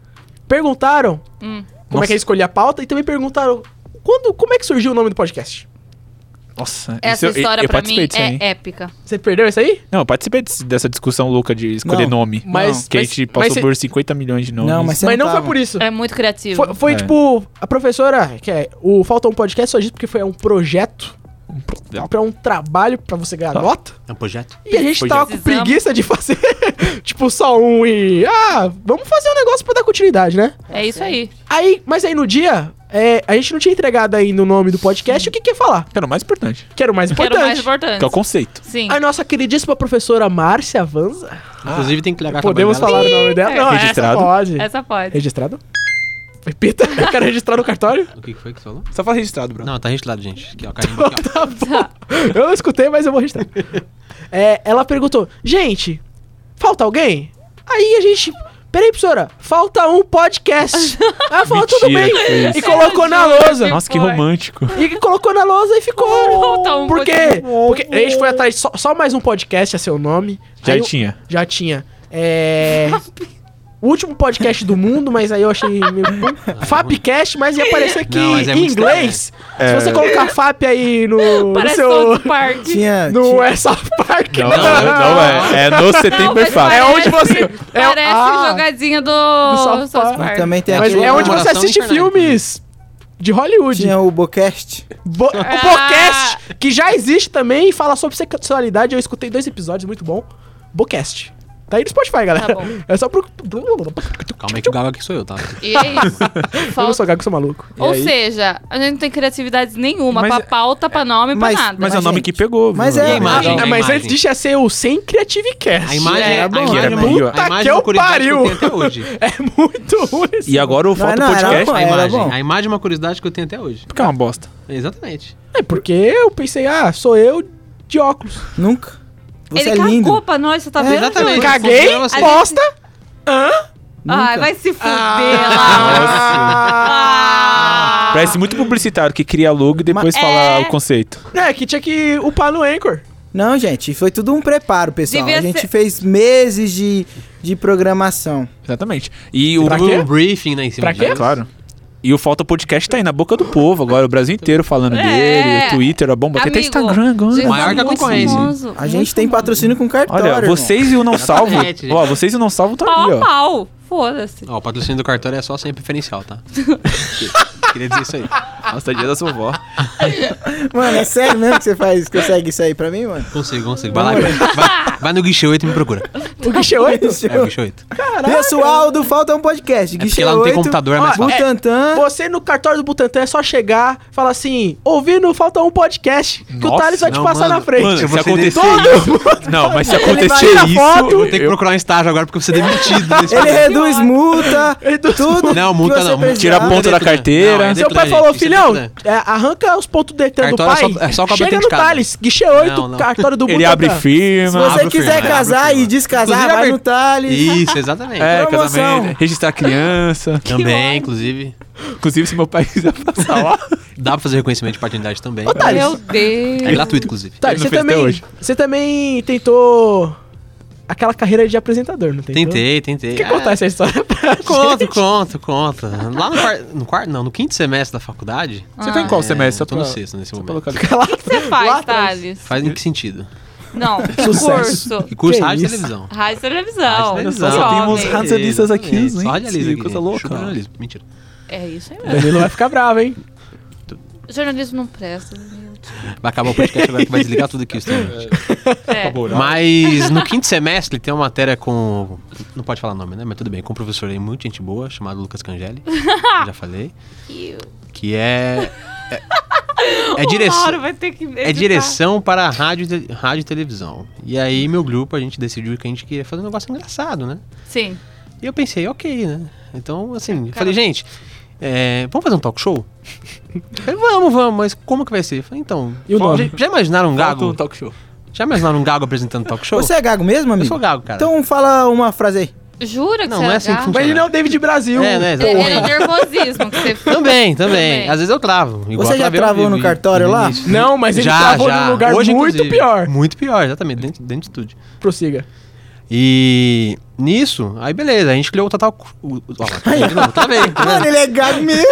Speaker 1: Perguntaram
Speaker 8: Hum.
Speaker 1: como é que é escolher a pauta e também perguntaram quando, como é que surgiu o nome do podcast.
Speaker 7: Nossa,
Speaker 8: Essa
Speaker 7: isso eu-
Speaker 8: história
Speaker 7: eu, eu
Speaker 8: pra
Speaker 7: participei
Speaker 8: mim
Speaker 7: disso aí, hein?
Speaker 8: é épica.
Speaker 1: Você perdeu isso aí?
Speaker 7: Não, eu participei desse- dessa discussão louca de escolher
Speaker 6: Não,
Speaker 7: nome.
Speaker 1: mas-
Speaker 7: que a
Speaker 1: mas-
Speaker 7: gente
Speaker 1: mas
Speaker 7: passou
Speaker 1: cê-
Speaker 7: por 50 milhões de nomes.
Speaker 6: Não, mas você
Speaker 1: mas não,
Speaker 6: tava.
Speaker 1: foi por isso.
Speaker 8: É muito criativo.
Speaker 1: Foi, foi,
Speaker 7: É.
Speaker 1: tipo, a professora, que é o Falta um Podcast, só disse porque foi um projeto pra um trabalho pra você ganhar
Speaker 7: Tá.
Speaker 1: nota.
Speaker 5: É um projeto.
Speaker 1: E a gente tava com
Speaker 8: Precisamos.
Speaker 1: preguiça de fazer, tipo, só um e. Ah, vamos fazer um negócio pra dar continuidade, né?
Speaker 8: É isso aí.
Speaker 1: Aí, mas aí no dia, é, a gente não tinha entregado ainda o nome do podcast, o que que ia falar?
Speaker 7: Cara, é o mais importante,
Speaker 1: Que era o mais
Speaker 8: Que era
Speaker 1: importante.
Speaker 8: o mais importante.
Speaker 7: que é o conceito.
Speaker 8: Sim.
Speaker 1: A nossa queridíssima professora Márcia Vanza.
Speaker 5: Inclusive tem que ligar
Speaker 1: Podemos falar o nome dela? Não,
Speaker 7: Registrado.
Speaker 1: Essa pode.
Speaker 8: É. Essa pode.
Speaker 1: Registrado? Repita, eu quero registrar no cartório.
Speaker 5: O que que foi que você falou?
Speaker 7: Só faz registrado, bro.
Speaker 5: Não, tá registrado, gente. Aqui, ó, carimbo aqui, ó.
Speaker 1: Tá bom. Eu não escutei, mas eu vou registrar. É, ela perguntou, gente, falta alguém? Aí a gente. Peraí, professora, falta um podcast. Ela falou, tudo
Speaker 7: Mentira
Speaker 1: bem.
Speaker 7: que foi isso.
Speaker 1: E colocou na lousa.
Speaker 7: Nossa, que
Speaker 8: Foi.
Speaker 7: romântico.
Speaker 1: E colocou na lousa e ficou.
Speaker 8: Falta um
Speaker 1: Por quê? Porque a gente foi atrás, só, só mais um podcast a seu nome.
Speaker 7: Já
Speaker 1: Aí o-
Speaker 7: tinha.
Speaker 1: Já tinha. É. O último podcast do mundo, mas aí eu achei meio. Fapcast, mas ia aparecer aqui
Speaker 5: Não, mas é
Speaker 1: em
Speaker 5: muito
Speaker 1: inglês. Se você colocar Fap aí no, no
Speaker 8: Parece
Speaker 1: seu.
Speaker 8: South Park.
Speaker 6: Tinha.
Speaker 1: Não
Speaker 6: tinha-
Speaker 1: é South Park,
Speaker 7: Não,
Speaker 1: não.
Speaker 7: não, não é. É no
Speaker 8: Não,
Speaker 7: Setembro
Speaker 8: mas
Speaker 7: Fácil.
Speaker 1: É onde
Speaker 8: parece-
Speaker 1: você- é-
Speaker 8: Parece
Speaker 1: ah,
Speaker 8: jogadinha do,
Speaker 1: South
Speaker 8: South
Speaker 1: Park.
Speaker 8: Park.
Speaker 6: Também tem
Speaker 1: Mas
Speaker 6: aquele.
Speaker 1: é onde você
Speaker 5: Comemoração
Speaker 1: assiste
Speaker 5: do Infernal,
Speaker 1: filmes de Hollywood.
Speaker 6: Tinha um o Bocast.
Speaker 1: Bo-
Speaker 8: Ah.
Speaker 1: O Bocast, que já existe também e fala sobre sexualidade. Eu escutei dois episódios, muito bom. Bocast. Tá aí no Spotify, galera.
Speaker 8: Tá bom.
Speaker 1: é só pro.
Speaker 5: Calma aí que o Gago aqui sou eu, tá?
Speaker 8: E é isso.
Speaker 1: Eu não
Speaker 8: Falta-
Speaker 1: sou gago, sou maluco.
Speaker 8: Ou seja, a gente não tem criatividade nenhuma
Speaker 7: Mas-
Speaker 8: pra pauta, pra nome,
Speaker 6: mas-
Speaker 8: pra nada.
Speaker 7: Mas é o
Speaker 6: Mas,
Speaker 7: nome
Speaker 6: gente,
Speaker 7: que pegou.
Speaker 6: mas
Speaker 7: viu?
Speaker 6: é-
Speaker 7: E a imagem?
Speaker 5: Ah,
Speaker 1: Ah,
Speaker 5: a
Speaker 1: mas
Speaker 5: imagem.
Speaker 1: antes disso ia ser o Sem Creativecast.
Speaker 5: A imagem é
Speaker 8: era
Speaker 5: a
Speaker 8: bom,
Speaker 5: imagem
Speaker 7: era
Speaker 5: é
Speaker 7: bom.
Speaker 1: Puta
Speaker 5: boa. a
Speaker 1: que
Speaker 5: imagem
Speaker 1: eu
Speaker 5: é uma curiosidade que eu tenho
Speaker 1: pariu.
Speaker 5: até hoje.
Speaker 1: É muito ruim esse.
Speaker 7: E agora o Falta
Speaker 6: não, era
Speaker 7: Podcast.
Speaker 6: bom,
Speaker 5: A
Speaker 6: era
Speaker 5: imagem,
Speaker 6: bom.
Speaker 5: a imagem é uma curiosidade que eu tenho até hoje.
Speaker 7: Porque é uma bosta.
Speaker 5: Exatamente.
Speaker 1: É porque eu pensei, ah, sou eu de óculos.
Speaker 6: Nunca. Você
Speaker 8: Ele
Speaker 6: é
Speaker 8: cagou
Speaker 6: lindo.
Speaker 8: pra nós, você tá vendo?
Speaker 5: Exatamente.
Speaker 1: Caguei,
Speaker 5: Funciona assim.
Speaker 1: bosta.
Speaker 8: Ai,
Speaker 6: Nunca.
Speaker 8: Ah, vai se fuder lá.
Speaker 1: Ah,
Speaker 8: Ah.
Speaker 7: Parece muito publicitário que cria logo e depois
Speaker 8: Mas-
Speaker 7: fala
Speaker 8: É.
Speaker 7: o conceito.
Speaker 1: É, que tinha que upar no Anchor.
Speaker 6: Não, gente, foi tudo um preparo, pessoal.
Speaker 8: Devia
Speaker 6: a gente
Speaker 8: ser-
Speaker 6: fez meses de, de programação.
Speaker 7: Exatamente. E o.
Speaker 1: Pra
Speaker 5: Foi
Speaker 1: quê?
Speaker 5: um briefing, né, em cima
Speaker 1: Pra quê?
Speaker 5: disso.
Speaker 7: Claro. E o Falta Podcast tá aí na boca do povo agora, o Brasil inteiro falando
Speaker 8: É.
Speaker 7: dele, o Twitter, a bomba, tem tá até
Speaker 8: Amigo,
Speaker 7: Instagram agora.
Speaker 8: Jesus, é
Speaker 5: Maior que a
Speaker 8: muito
Speaker 5: concorrência.
Speaker 8: famoso,
Speaker 6: A
Speaker 8: muito
Speaker 6: gente tem
Speaker 8: famoso.
Speaker 6: patrocínio com cartório.
Speaker 7: Olha,
Speaker 6: irmão.
Speaker 7: vocês e o Não Salvo,
Speaker 5: Exatamente, gente.
Speaker 7: ó, vocês e o Não Salvo tá
Speaker 8: Pau
Speaker 7: ali,
Speaker 8: a
Speaker 7: ó.
Speaker 8: pau. Foda-se.
Speaker 5: Ó, o patrocínio do cartório é só sem preferencial, tá? Queria dizer isso aí.
Speaker 7: Nossa, dia da sua vó.
Speaker 6: Mano, é sério mesmo que você faz, consegue isso aí pra mim, mano?
Speaker 5: Consigo, consigo. Vai lá, vai, vai no guichê 8 e me procura.
Speaker 1: O guichê 8.
Speaker 5: É o guichê 8.
Speaker 6: Pessoal do Falta um Podcast.
Speaker 5: É
Speaker 6: Guichê
Speaker 5: porque lá não tem
Speaker 6: 8,
Speaker 5: computador, é mais fácil.
Speaker 6: Butantan.
Speaker 1: Você no cartório do Butantan é só chegar, falar assim, ouvindo, falta um podcast, que o
Speaker 7: Nossa,
Speaker 1: Thales vai te
Speaker 5: não,
Speaker 1: passar
Speaker 5: mano.
Speaker 1: na frente.
Speaker 7: Mano,
Speaker 5: Se
Speaker 7: se
Speaker 5: você
Speaker 7: acontecer
Speaker 5: descer
Speaker 7: isso... Não, mas se acontecer
Speaker 1: vai na
Speaker 7: isso...
Speaker 1: foto,
Speaker 5: Vou ter que procurar um estágio agora porque eu vou ser demitido desse
Speaker 6: Ele
Speaker 5: programa.
Speaker 6: reduz multa, tudo.
Speaker 5: Não,
Speaker 6: que
Speaker 5: multa
Speaker 6: você
Speaker 5: não.
Speaker 6: precisar.
Speaker 7: Tira a ponta da carteira.
Speaker 5: Não,
Speaker 1: Seu
Speaker 5: Detran,
Speaker 1: pai falou,
Speaker 5: gente, isso é
Speaker 1: filhão,
Speaker 5: Detran.
Speaker 1: é, arranca os pontos do Detran do
Speaker 5: Cartório é
Speaker 1: pai,
Speaker 5: só- é só com a
Speaker 1: chega no
Speaker 5: autenticada.
Speaker 1: Thales, guichê 8,
Speaker 5: Não, não.
Speaker 1: cartório do
Speaker 7: Ele
Speaker 1: Butantan.
Speaker 7: abre
Speaker 6: Se
Speaker 7: firma...
Speaker 6: você
Speaker 5: Abre o
Speaker 6: quiser
Speaker 5: firma, Ah, abre
Speaker 6: casar
Speaker 5: o firma.
Speaker 6: e descasar,
Speaker 5: Inclusive,
Speaker 6: vai
Speaker 5: abre-
Speaker 6: no Thales.
Speaker 5: Isso, exatamente.
Speaker 7: É,
Speaker 6: Promoção.
Speaker 7: casamento, registrar criança.
Speaker 5: Também, inclusive.
Speaker 7: Inclusive, se meu pai quiser passar lá...
Speaker 5: Dá pra fazer reconhecimento de paternidade também.
Speaker 8: tá
Speaker 1: Ô, Tá Thales,
Speaker 8: Meu Deus.
Speaker 5: É gratuito, inclusive.
Speaker 1: Thales, você,
Speaker 7: Ele não fez até
Speaker 1: também,
Speaker 7: hoje.
Speaker 1: você também tentou... aquela carreira de apresentador, não tem?
Speaker 5: Tentei, tentei.
Speaker 1: então.
Speaker 5: Ah,
Speaker 1: Quer contar essa história pra
Speaker 5: Conto,
Speaker 1: gente?
Speaker 5: conto, conto. Lá no quarto, no quarto, não, no quinto semestre da faculdade. É,
Speaker 7: Você tá em qual semestre?
Speaker 5: Eu tô no
Speaker 7: pra-
Speaker 5: sexto nesse
Speaker 7: só pra
Speaker 5: momento.
Speaker 7: localizar.
Speaker 1: Fica lá.
Speaker 8: O que que você faz,
Speaker 1: Lá atrás.
Speaker 8: Thales?
Speaker 5: Faz em que sentido?
Speaker 8: Não,
Speaker 1: Sucesso.
Speaker 8: curso.
Speaker 5: E curso
Speaker 1: Que
Speaker 5: rádio e
Speaker 1: isso?
Speaker 5: televisão.
Speaker 8: Rádio e
Speaker 5: Rádio
Speaker 8: televisão.
Speaker 5: e televisão.
Speaker 8: Jovem.
Speaker 7: Só temos radialistas aqui,
Speaker 5: Exatamente,
Speaker 7: gente.
Speaker 5: Só radialista aqui.
Speaker 7: Coisa louca.
Speaker 5: Chupa jornalismo. Mentira.
Speaker 8: É isso aí mesmo.
Speaker 1: Danilo vai ficar bravo, hein?
Speaker 8: Jornalismo não presta. meu Deus.
Speaker 5: Vai acabar o podcast agora que vai desligar tudo aqui. o streaming.
Speaker 8: É.
Speaker 5: Mas no quinto semestre tem uma matéria com. Não pode falar nome, né? Mas tudo bem. Com um professor aí, muito gente boa, chamado Lucas Cangeli. já falei.
Speaker 8: Que
Speaker 5: Que é. É, é
Speaker 8: o Mauro
Speaker 5: direção.
Speaker 8: vai ter que
Speaker 5: É
Speaker 8: editar.
Speaker 5: direção para rádio, e te- rádio e televisão. E aí, meu grupo, a gente decidiu que a gente queria fazer um negócio engraçado, né?
Speaker 8: Sim.
Speaker 5: E eu pensei, ok, né? Então, assim, eu falei, gente, é, vamos fazer um talk show? Eu falei, vamos, vamos, mas como que vai ser? Eu falei, então,
Speaker 1: E o
Speaker 5: vamos-
Speaker 1: nome?
Speaker 5: Já, já imaginaram um
Speaker 7: Gago.
Speaker 5: gago?
Speaker 7: talk show.
Speaker 5: Já imaginaram um gago apresentando talk show?
Speaker 6: Você é gago mesmo, amigo?
Speaker 5: Eu sou gago, cara.
Speaker 6: Então fala uma frase aí.
Speaker 8: Jura que
Speaker 5: Não,
Speaker 8: você
Speaker 5: não é
Speaker 8: era
Speaker 5: assim que
Speaker 8: gago?
Speaker 5: funciona.
Speaker 1: Mas ele não é o David Brasil.
Speaker 5: É, né,
Speaker 8: É,
Speaker 5: exatamente.
Speaker 8: Era nervosismo que você fez.
Speaker 5: Também, também.
Speaker 8: Também.
Speaker 5: Às vezes eu travo. igual
Speaker 6: Você já
Speaker 5: travei
Speaker 6: travou
Speaker 5: ao vivo
Speaker 6: no
Speaker 5: e-
Speaker 6: cartório
Speaker 5: e
Speaker 6: lá?
Speaker 5: início.
Speaker 1: Não, mas ele travou num lugar
Speaker 5: Hoje,
Speaker 1: muito
Speaker 5: inclusive.
Speaker 1: pior.
Speaker 5: Muito pior, exatamente, dentro, dentro de estúdio.
Speaker 1: Prossiga.
Speaker 5: E nisso, aí beleza, a gente criou o Total. o- o- Ó, lá, de novo, travei, tá vendo?
Speaker 6: Mano, ele é gago mesmo.